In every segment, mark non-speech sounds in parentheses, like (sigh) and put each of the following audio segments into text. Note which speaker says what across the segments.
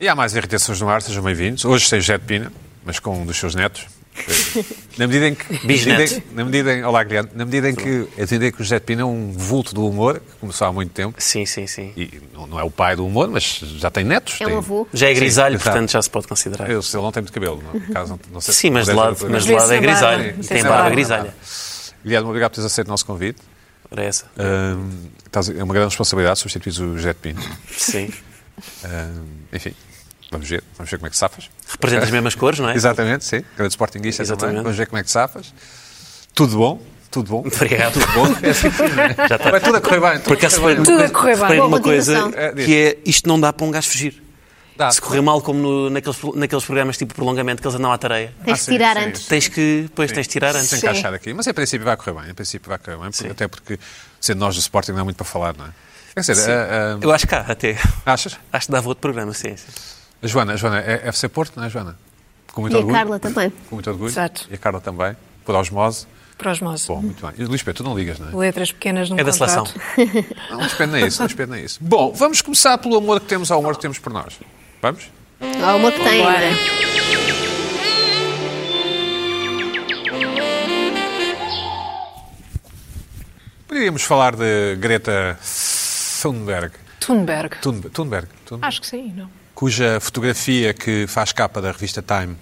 Speaker 1: E há mais irritações no ar, sejam bem-vindos. Hoje sem Jet Pina, mas com um dos seus netos. Na medida em que. Na medida, em- na medida em, olá, Guilherme. Na medida em que entender que o Jet Pina é um vulto do humor, que começou há muito tempo,
Speaker 2: Sim, sim, sim.
Speaker 1: e não- não é o pai do humor, mas já tem netos.
Speaker 3: É
Speaker 1: tem-
Speaker 3: um avô.
Speaker 2: Já é grisalho,
Speaker 1: Sim,
Speaker 2: portanto já se pode considerar.
Speaker 1: Eu, ele não tem muito cabelo, não, é? por acaso, não, não sei se
Speaker 2: Sim, mas de
Speaker 1: pudesse-
Speaker 2: lado, mas de
Speaker 3: Vê-se
Speaker 2: lado é
Speaker 3: a
Speaker 2: grisalho.
Speaker 3: barba.
Speaker 2: Tem
Speaker 3: Vê-se a
Speaker 2: barba
Speaker 3: barba.
Speaker 2: grisalha.
Speaker 1: Guilherme, obrigado por teres aceito o nosso convite.
Speaker 2: Era essa.
Speaker 1: Ahm, estás- é uma grande responsabilidade substituir o Jet Pino. (laughs)
Speaker 2: Sim.
Speaker 1: Ahm, enfim, vamos ver, vamos ver como é que safas.
Speaker 2: Representa as mesmas cores, não é?
Speaker 1: Exatamente, sim. Grande sportinguista também.
Speaker 2: Exatamente.
Speaker 1: Vamos ver como é que safas. Tudo bom? Tudo bom?
Speaker 2: Obrigado.
Speaker 1: Tudo bom?
Speaker 2: Já está.
Speaker 1: Vai tudo a correr bem.
Speaker 2: Por acaso foi
Speaker 3: Tudo a correr bem. Boa
Speaker 2: uma coisa
Speaker 3: motivação.
Speaker 2: que é isto não dá para um gajo fugir.
Speaker 1: Dá.
Speaker 2: Se correr mal, como no- naqueles, naqueles programas tipo prolongamento que eles andam à tareia,
Speaker 1: Ah,
Speaker 3: Tens de
Speaker 1: sim,
Speaker 3: tirar
Speaker 1: sim,
Speaker 3: antes.
Speaker 2: tens que, depois tens de tirar antes.
Speaker 1: Sem
Speaker 3: Sim.
Speaker 1: encaixar aqui. Mas em princípio vai correr bem. Em princípio vai correr bem. porque-
Speaker 2: Sim.
Speaker 1: até porque, sendo nós do Sporting, não há muito para falar, não é? Quer dizer, ah,
Speaker 2: Eu acho que há até.
Speaker 1: ah, achas?
Speaker 2: Acho que dava outro programa, sim. sim.
Speaker 1: A Joana, a Joana é FC Porto, não é, Joana? Com muito
Speaker 3: E a
Speaker 1: orgulho.
Speaker 3: Carla também.
Speaker 1: Com muito orgulho.
Speaker 4: Exato.
Speaker 1: E a Carla também, por osmose.
Speaker 4: Para os moços.
Speaker 1: Bom, muito bem. E, Lisbeth, tu não ligas, não é?
Speaker 4: Letras pequenas num
Speaker 2: É da seleção.
Speaker 4: contrato.
Speaker 1: Não despende nem isso, não despende nem isso. Bom, vamos começar pelo amor que temos ao amor que temos por nós. Vamos?
Speaker 3: Há uma que tem
Speaker 4: Bora.
Speaker 3: ainda.
Speaker 1: Poderíamos falar de Greta Thunberg.
Speaker 4: Thunberg.
Speaker 1: Thun- Thunberg. Thun-
Speaker 4: Acho que sim, não.
Speaker 1: Cuja fotografia que faz capa da revista Time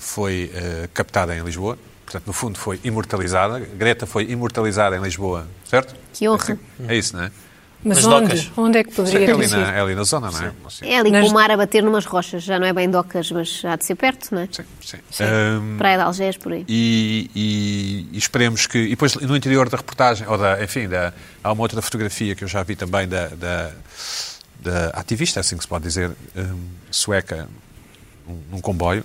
Speaker 1: foi eh, captada em Lisboa. Portanto, no fundo, foi imortalizada. Greta foi imortalizada em Lisboa, certo?
Speaker 3: Que honra.
Speaker 1: É isso, não é?
Speaker 4: Mas
Speaker 2: Nas
Speaker 4: onde?
Speaker 2: docas.
Speaker 4: Onde é que
Speaker 1: É
Speaker 4: poderia ter
Speaker 1: ali, na,
Speaker 4: sido?
Speaker 1: é ali na zona, não é? Não sei.
Speaker 3: É ali
Speaker 4: Nas-
Speaker 3: com o mar a bater numas rochas. Já não é bem docas, mas há de ser perto, não é?
Speaker 1: Sim, sim. Ahm,
Speaker 3: Praia de Algés, por aí.
Speaker 1: e, e- e esperemos que. E depois no interior da reportagem, ou da, enfim, da, há uma outra fotografia que eu já vi também da, da, da ativista, assim que se pode dizer, hum, sueca, num- num comboio.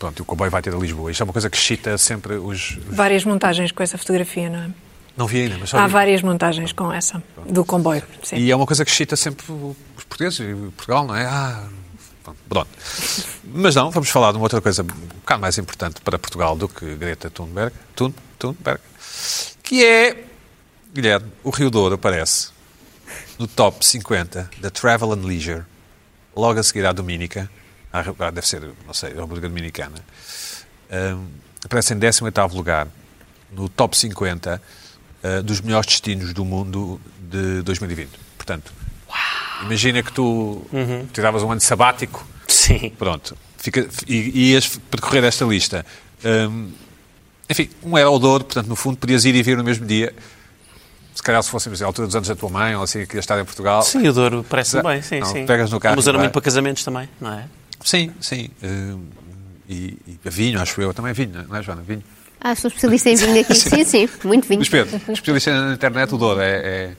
Speaker 1: Pronto, e o comboio vai ter a Lisboa. Isto é uma coisa que excita sempre os.
Speaker 2: é?
Speaker 4: Várias montagens com essa fotografia, não é?
Speaker 1: Não vi ainda, mas só
Speaker 4: Há
Speaker 1: vi.
Speaker 4: várias montagens com essa, do comboio. Sim.
Speaker 1: E é uma coisa que excita sempre os portugueses e Portugal, não é? Ah, pronto, pronto. Mas não, vamos falar de uma outra coisa um bocado mais importante para Portugal do que Greta Thunberg, Thun, Thunberg que é, Guilherme, o Rio Douro aparece no top 50 da Travel and Leisure, logo a seguir à Dominica, à, à- deve ser, não sei, a República Dominicana, Ahm, aparece em 18º lugar, no top 50 ah, dos melhores destinos do mundo de 2020. Portanto, imagina que tu tiravas um ano sabático,
Speaker 2: Sim.
Speaker 1: pronto, fica, e, e ias percorrer esta lista. Ahm, enfim, um era o Douro, portanto, no fundo, podias ir e vir no mesmo dia. Se calhar se fosse a altura dos anos da tua mãe, ou assim, que ia estar em Portugal.
Speaker 2: Sim, o Douro parece
Speaker 1: Exato.
Speaker 2: bem, sim,
Speaker 1: Não,
Speaker 2: sim.
Speaker 1: pegas no carro
Speaker 2: Mas
Speaker 1: e
Speaker 2: era
Speaker 1: vai.
Speaker 2: muito para casamentos também, não é?
Speaker 1: Sim, sim. eh, e, e vinho, acho eu, também é vinho, não é, Joana? Vinho.
Speaker 3: Ah, sou especialista em
Speaker 1: (laughs)
Speaker 3: vinho aqui. Sim, sim. Muito vinho.
Speaker 1: Luís Pedro, especialista na internet, o Douro é,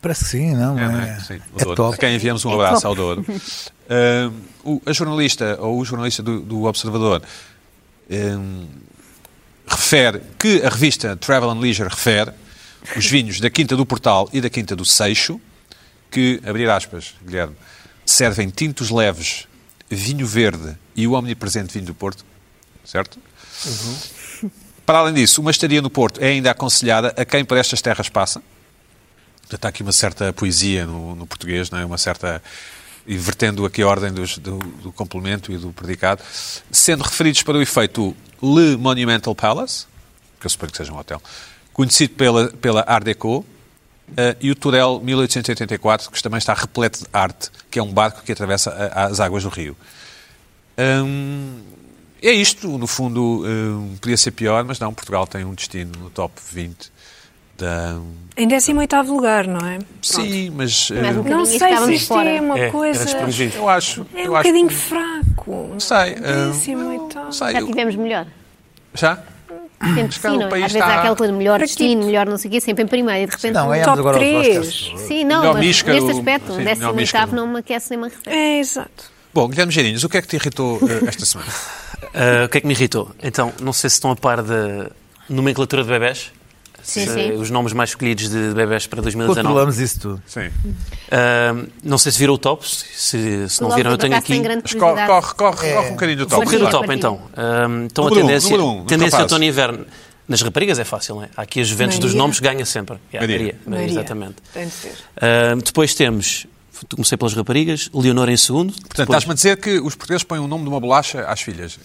Speaker 5: Parece que sim, não
Speaker 1: é, é, não
Speaker 5: é?
Speaker 1: é? Sim, o
Speaker 5: é
Speaker 1: Douro. A
Speaker 5: top.
Speaker 1: quem enviamos um abraço ao Douro. Eh, o- a jornalista, ou o jornalista do, do Observador, eh, refere que a revista Travel and Leisure refere os vinhos da Quinta do Portal e da Quinta do Seixo, que, abrir aspas, Guilherme, servem tintos leves, vinho verde e o omnipresente vinho do Porto, certo? Para além disso, uma estaria no Porto é ainda aconselhada a quem por estas terras passa. Já está aqui uma certa poesia no, no português, não é? Uma certa. invertendo aqui a ordem dos- do, do complemento e do predicado. Sendo referidos para o efeito Le Monumental Palace, que eu suponho que seja um hotel, conhecido pela, pela Art Deco, eh, e o Turel 1884, que também está repleto de arte, que é um barco que atravessa a- as águas do rio. Hum, é isto, no fundo, hum, podia ser pior, mas não, Portugal tem um destino no top 20 da.
Speaker 4: Em 18 lugar, não é?
Speaker 1: Sim, mas.
Speaker 3: Mas
Speaker 1: hum,
Speaker 3: um
Speaker 4: Não
Speaker 3: bocadinho
Speaker 4: sei se
Speaker 3: estávamos
Speaker 4: isto é
Speaker 3: fora.
Speaker 4: uma
Speaker 2: É,
Speaker 4: coisa.
Speaker 2: era desprotegido.
Speaker 1: eu acho.
Speaker 4: É um
Speaker 1: eu acho,
Speaker 4: bocadinho fraco. Não
Speaker 1: sei, ah, não
Speaker 4: 18.
Speaker 1: sei.
Speaker 3: Já
Speaker 1: eu-
Speaker 3: tivemos melhor.
Speaker 1: já?
Speaker 3: Sempre
Speaker 1: calhar
Speaker 3: que sim,
Speaker 1: o
Speaker 3: não é?
Speaker 1: país
Speaker 3: Às vezes
Speaker 1: está-
Speaker 3: há aquela coisa de melhor
Speaker 4: Para
Speaker 3: destino,
Speaker 4: tipo-
Speaker 3: melhor não sei o quê, sempre em primeiro e de repente.
Speaker 5: Não, é
Speaker 4: Top
Speaker 5: agora aos
Speaker 4: três.
Speaker 5: Oscars.
Speaker 3: Sim, não,
Speaker 1: Melhor
Speaker 3: mas
Speaker 1: misca
Speaker 3: neste
Speaker 1: do-
Speaker 3: aspecto,
Speaker 1: sim,
Speaker 3: o
Speaker 1: melhor
Speaker 3: décimo
Speaker 1: misca
Speaker 3: oitavo
Speaker 1: do-
Speaker 3: não me aquece nem me arrefece.
Speaker 4: É, exato.
Speaker 1: Bom, Guilherme Geirinhos, o que é que te irritou eh, esta semana?
Speaker 2: Ah, o que é que me irritou? Então, não sei se estão a par da nomenclatura de bebés.
Speaker 3: Sim,
Speaker 2: Se-
Speaker 3: sim.
Speaker 2: Os nomes mais escolhidos de bebés para 2019.
Speaker 5: Controlamos isso tudo.
Speaker 1: Sim.
Speaker 2: Ah, não sei se viram o top, se, se não
Speaker 3: Logo,
Speaker 2: viram, eu
Speaker 3: por
Speaker 2: tenho
Speaker 3: acaso,
Speaker 2: aqui.
Speaker 3: tem grande
Speaker 1: Mas corre, corre,
Speaker 3: curiosidade.
Speaker 1: corre, corre um bocadinho do
Speaker 2: Vou
Speaker 1: top.
Speaker 2: correr o
Speaker 1: claro.
Speaker 2: top então. Ahm, então
Speaker 1: Número
Speaker 2: a
Speaker 1: um,
Speaker 2: tendência,
Speaker 1: número um, dos
Speaker 2: tendência
Speaker 1: rapazes.
Speaker 2: outono e inverno. Nas raparigas é fácil, não é? Há aqui as juventudes dos
Speaker 4: Maria.
Speaker 2: nomes ganha sempre. Yeah,
Speaker 1: Maria.
Speaker 2: Maria, Maria,
Speaker 4: Maria.
Speaker 2: Exatamente.
Speaker 4: Tem de ser.
Speaker 2: Ahm, depois temos Comecei pelas raparigas, Leonor em segundo.
Speaker 1: Portanto,
Speaker 2: depois-
Speaker 1: estás-me a dizer que os portugueses põem o nome de uma bolacha às filhas.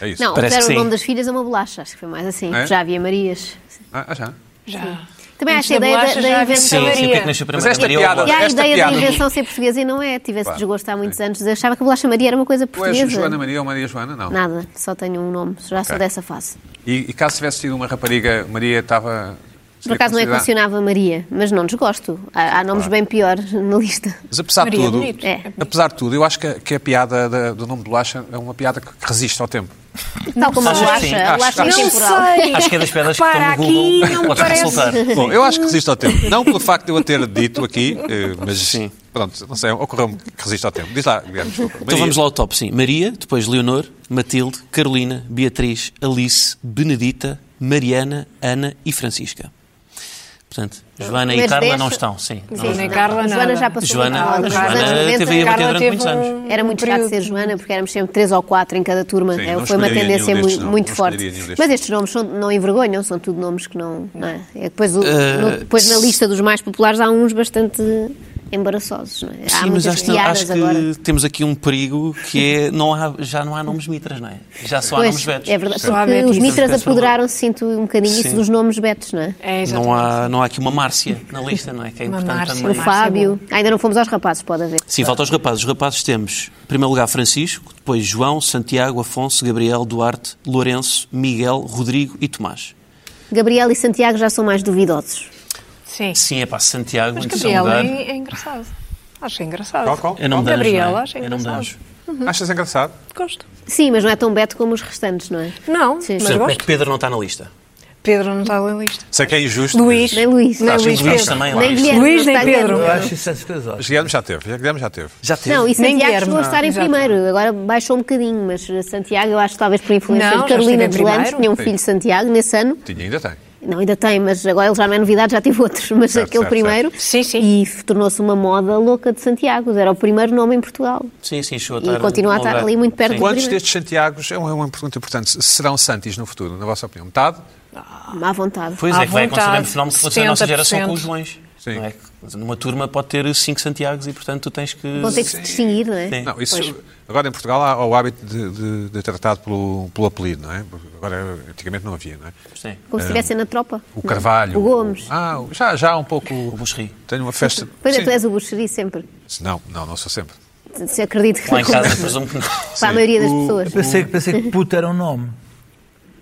Speaker 1: É isso?
Speaker 3: Não,
Speaker 2: Parece
Speaker 3: deram
Speaker 2: que
Speaker 3: o nome
Speaker 2: sim.
Speaker 3: das filhas a uma bolacha, acho que foi mais assim.
Speaker 1: É?
Speaker 3: Já havia Marias.
Speaker 1: Ah, ah, já.
Speaker 4: Já.
Speaker 3: Também há
Speaker 4: Antes
Speaker 3: esta
Speaker 4: da
Speaker 3: ideia da,
Speaker 4: bolacha
Speaker 3: da
Speaker 4: já havia
Speaker 3: invenção.
Speaker 2: Sim, sim, o que é que nasceu primeiro?
Speaker 1: Mas esta
Speaker 2: Maria ou
Speaker 1: piada- (laughs)
Speaker 2: Laura?
Speaker 3: E há a
Speaker 1: Esta
Speaker 3: ideia da
Speaker 1: piada do-
Speaker 3: invenção ser portuguesa e não é. Tive esse
Speaker 1: Claro.
Speaker 3: desgosto há muitos anos. Achava que a bolacha Maria era uma coisa
Speaker 1: Tu és
Speaker 3: portuguesa.
Speaker 1: Joana Maria ou Maria Joana? Não.
Speaker 3: Nada, só tenho um nome, já sou
Speaker 1: Ok.
Speaker 3: dessa fase.
Speaker 1: E, e caso tivesse tido uma rapariga, Maria estava.
Speaker 3: Por acaso não é condicionava Maria, mas não desgosto. Há, há nomes bem piores na lista.
Speaker 1: Mas apesar
Speaker 4: Maria,
Speaker 1: de tudo,
Speaker 4: bonito.
Speaker 3: É.
Speaker 1: apesar de tudo, eu acho que, que a piada da- do nome de bolacha é uma piada que resiste ao tempo.
Speaker 3: Tal como a
Speaker 2: Achas que sim?
Speaker 3: bolacha, a
Speaker 1: Acho-
Speaker 3: bolacha é
Speaker 1: acho-
Speaker 4: Não
Speaker 3: temporal.
Speaker 4: sei.
Speaker 2: Acho que é das pedras que estão
Speaker 4: Para
Speaker 2: no
Speaker 4: aqui,
Speaker 2: Google. (laughs)
Speaker 4: não me
Speaker 2: Pode
Speaker 4: parece.
Speaker 1: (laughs)
Speaker 2: resultar.
Speaker 1: Bom, eu acho que resiste ao tempo. Não pelo facto de eu a ter dito aqui, eh, mas pronto, não sei, ocorreu-me que resiste ao tempo. Diz lá, Guilherme, desculpa.
Speaker 2: Então
Speaker 1: Maria.
Speaker 2: vamos lá ao top, sim. Maria, depois Leonor, Matilde, Carolina, Beatriz, Alice, Benedita, Mariana, Ana e Francisca. Portanto, Joana e
Speaker 3: Mas
Speaker 2: Carla
Speaker 3: deixa-
Speaker 2: não estão, sim. não
Speaker 4: Sim,
Speaker 2: estão.
Speaker 4: nem Carla, nada.
Speaker 3: Joana já
Speaker 4: Ah,
Speaker 3: passou
Speaker 2: Joana,
Speaker 3: muito mal. Nos
Speaker 4: Joana
Speaker 3: anos 90,
Speaker 2: teve aí a bater
Speaker 4: Carla
Speaker 2: durante
Speaker 4: teve
Speaker 2: muitos
Speaker 4: um-
Speaker 2: anos.
Speaker 3: Era muito chato
Speaker 4: período.
Speaker 3: ser Joana, porque éramos sempre três ou quatro em cada turma.
Speaker 1: Sim,
Speaker 3: É,
Speaker 1: não
Speaker 3: foi uma
Speaker 1: escolheria
Speaker 3: tendência
Speaker 1: nenhum
Speaker 3: mui-
Speaker 1: destes, não.
Speaker 3: muito
Speaker 1: Não
Speaker 3: forte.
Speaker 1: escolheria nenhum destes.
Speaker 3: Mas estes nomes são- não envergonham, são tudo nomes que não. não é? É que depois, o-
Speaker 2: Eh,
Speaker 3: no- depois na lista dos mais populares há uns bastante embaraçosos. Não é? Há
Speaker 2: Sim, mas
Speaker 3: muitas
Speaker 2: acho, que-
Speaker 3: piadas
Speaker 2: acho que
Speaker 3: agora.
Speaker 2: temos aqui um perigo que é não há, já não há nomes mitras, não é? Já só há nomes
Speaker 3: Pois,
Speaker 2: betos.
Speaker 3: é verdade.
Speaker 4: Só há
Speaker 3: Porque
Speaker 4: betos.
Speaker 3: os mitras
Speaker 2: Sim.
Speaker 3: apoderaram-se, sinto um bocadinho isso
Speaker 2: Sim.
Speaker 3: dos nomes betos, não é?
Speaker 4: É, exatamente.
Speaker 2: Não há, não há aqui uma Márcia na lista, não é? Que é
Speaker 4: Uma
Speaker 2: importante
Speaker 4: Márcia.
Speaker 3: O
Speaker 2: também.
Speaker 4: Márcia
Speaker 3: Fábio. Ainda não fomos aos rapazes, pode haver.
Speaker 2: Sim, falta os rapazes. Os rapazes temos, em primeiro lugar, Francisco, depois João, Santiago, Afonso, Gabriel, Duarte, Lourenço, Miguel, Rodrigo e Tomás.
Speaker 3: Gabriel e Santiago já são mais duvidosos.
Speaker 4: Sim.
Speaker 2: Sim, é pá, Santiago,
Speaker 4: Mas
Speaker 2: em terceiro
Speaker 4: Gabriel
Speaker 2: lugar.
Speaker 4: é, é engraçado. Acho engraçado.
Speaker 1: Qual, qual?
Speaker 2: É
Speaker 3: Oh,
Speaker 2: nome de anjo,
Speaker 4: Gabriel,
Speaker 2: não é?
Speaker 4: acho
Speaker 2: É nome de
Speaker 4: engraçado.
Speaker 2: anjo.
Speaker 1: Achas engraçado?
Speaker 4: Gosto.
Speaker 3: Sim, mas não é tão beto como os restantes, não é?
Speaker 4: Não,
Speaker 2: Por
Speaker 3: Sim.
Speaker 4: mas
Speaker 2: exemplo, Como é
Speaker 4: gosto.
Speaker 2: que Pedro não está na lista?
Speaker 4: Pedro não está na lista.
Speaker 1: Sei que é injusto.
Speaker 4: Luís.
Speaker 3: Nem Luís.
Speaker 4: Nem
Speaker 2: Acho que
Speaker 4: Luís
Speaker 2: Luís
Speaker 4: Pedro.
Speaker 2: também é
Speaker 3: Nem
Speaker 2: Luís.
Speaker 3: Guilherme.
Speaker 4: Luís,
Speaker 3: não
Speaker 4: nem
Speaker 3: está
Speaker 4: Pedro.
Speaker 3: Guilherme.
Speaker 5: Eu acho isso às coisas.
Speaker 1: Mas Guilherme já teve, Guilherme já teve.
Speaker 2: Já teve.
Speaker 3: Não, e Santiago
Speaker 4: Guilherme,
Speaker 3: chegou a
Speaker 4: não.
Speaker 3: estar em
Speaker 4: Exato.
Speaker 3: primeiro. Agora baixou um bocadinho, mas eh, Santiago, eu acho que talvez por influência
Speaker 4: Não,
Speaker 3: de
Speaker 4: já
Speaker 3: Carolina
Speaker 4: esteve em
Speaker 3: dos Landes,
Speaker 4: primeiro.
Speaker 3: tinha um
Speaker 1: Sim.
Speaker 3: filho Santiago nesse ano.
Speaker 1: Tinha, ainda tem.
Speaker 3: Não, ainda tem, mas agora ele já não é novidade, já tive outros. Mas
Speaker 1: Certo,
Speaker 3: aquele
Speaker 1: certo,
Speaker 3: primeiro.
Speaker 4: Sim, sim.
Speaker 3: E f- tornou-se uma moda louca de Santiago. Era o primeiro nome em Portugal.
Speaker 2: Sim, sim, chegou a
Speaker 3: E
Speaker 2: estar
Speaker 3: continua a estar
Speaker 2: lugar.
Speaker 3: ali muito perto
Speaker 2: Sim.
Speaker 3: do-
Speaker 1: Quantos
Speaker 3: Primeiro.
Speaker 1: destes Santiagos, é uma, é uma pergunta importante, serão Santis no futuro, na vossa opinião? Metade?
Speaker 3: À vontade.
Speaker 2: Pois
Speaker 4: À
Speaker 2: é, que vai
Speaker 4: vontade,
Speaker 2: acontecer o mesmo fenómeno que aconteceu na nossa geração com os
Speaker 4: 70%.
Speaker 2: Joões.
Speaker 1: Sim.
Speaker 2: Não é? Quer dizer, Numa turma pode ter cinco Santiagos e, portanto, tu tens que...
Speaker 3: Vão ter que se distinguir, não é?
Speaker 2: Sim.
Speaker 1: Não, isso, agora em Portugal há, há o hábito de, de, de tratar pelo, pelo apelido, não é? Agora, antigamente não havia, não é?
Speaker 2: Sim.
Speaker 3: Como se estivessem na tropa.
Speaker 1: O
Speaker 3: Não.
Speaker 1: Carvalho.
Speaker 3: O Gomes.
Speaker 1: ah, o- já, já há um pouco...
Speaker 2: O Busri.
Speaker 1: Tenho uma festa...
Speaker 3: Pois é,
Speaker 1: Sim.
Speaker 3: tu és o Buxeri sempre.
Speaker 1: Não, não, não sou sempre.
Speaker 3: Se acredito que (laughs)
Speaker 2: Lá em casa, presumo que não.
Speaker 3: para a maioria das pessoas.
Speaker 5: Eu pensei, pensei que puto era um nome.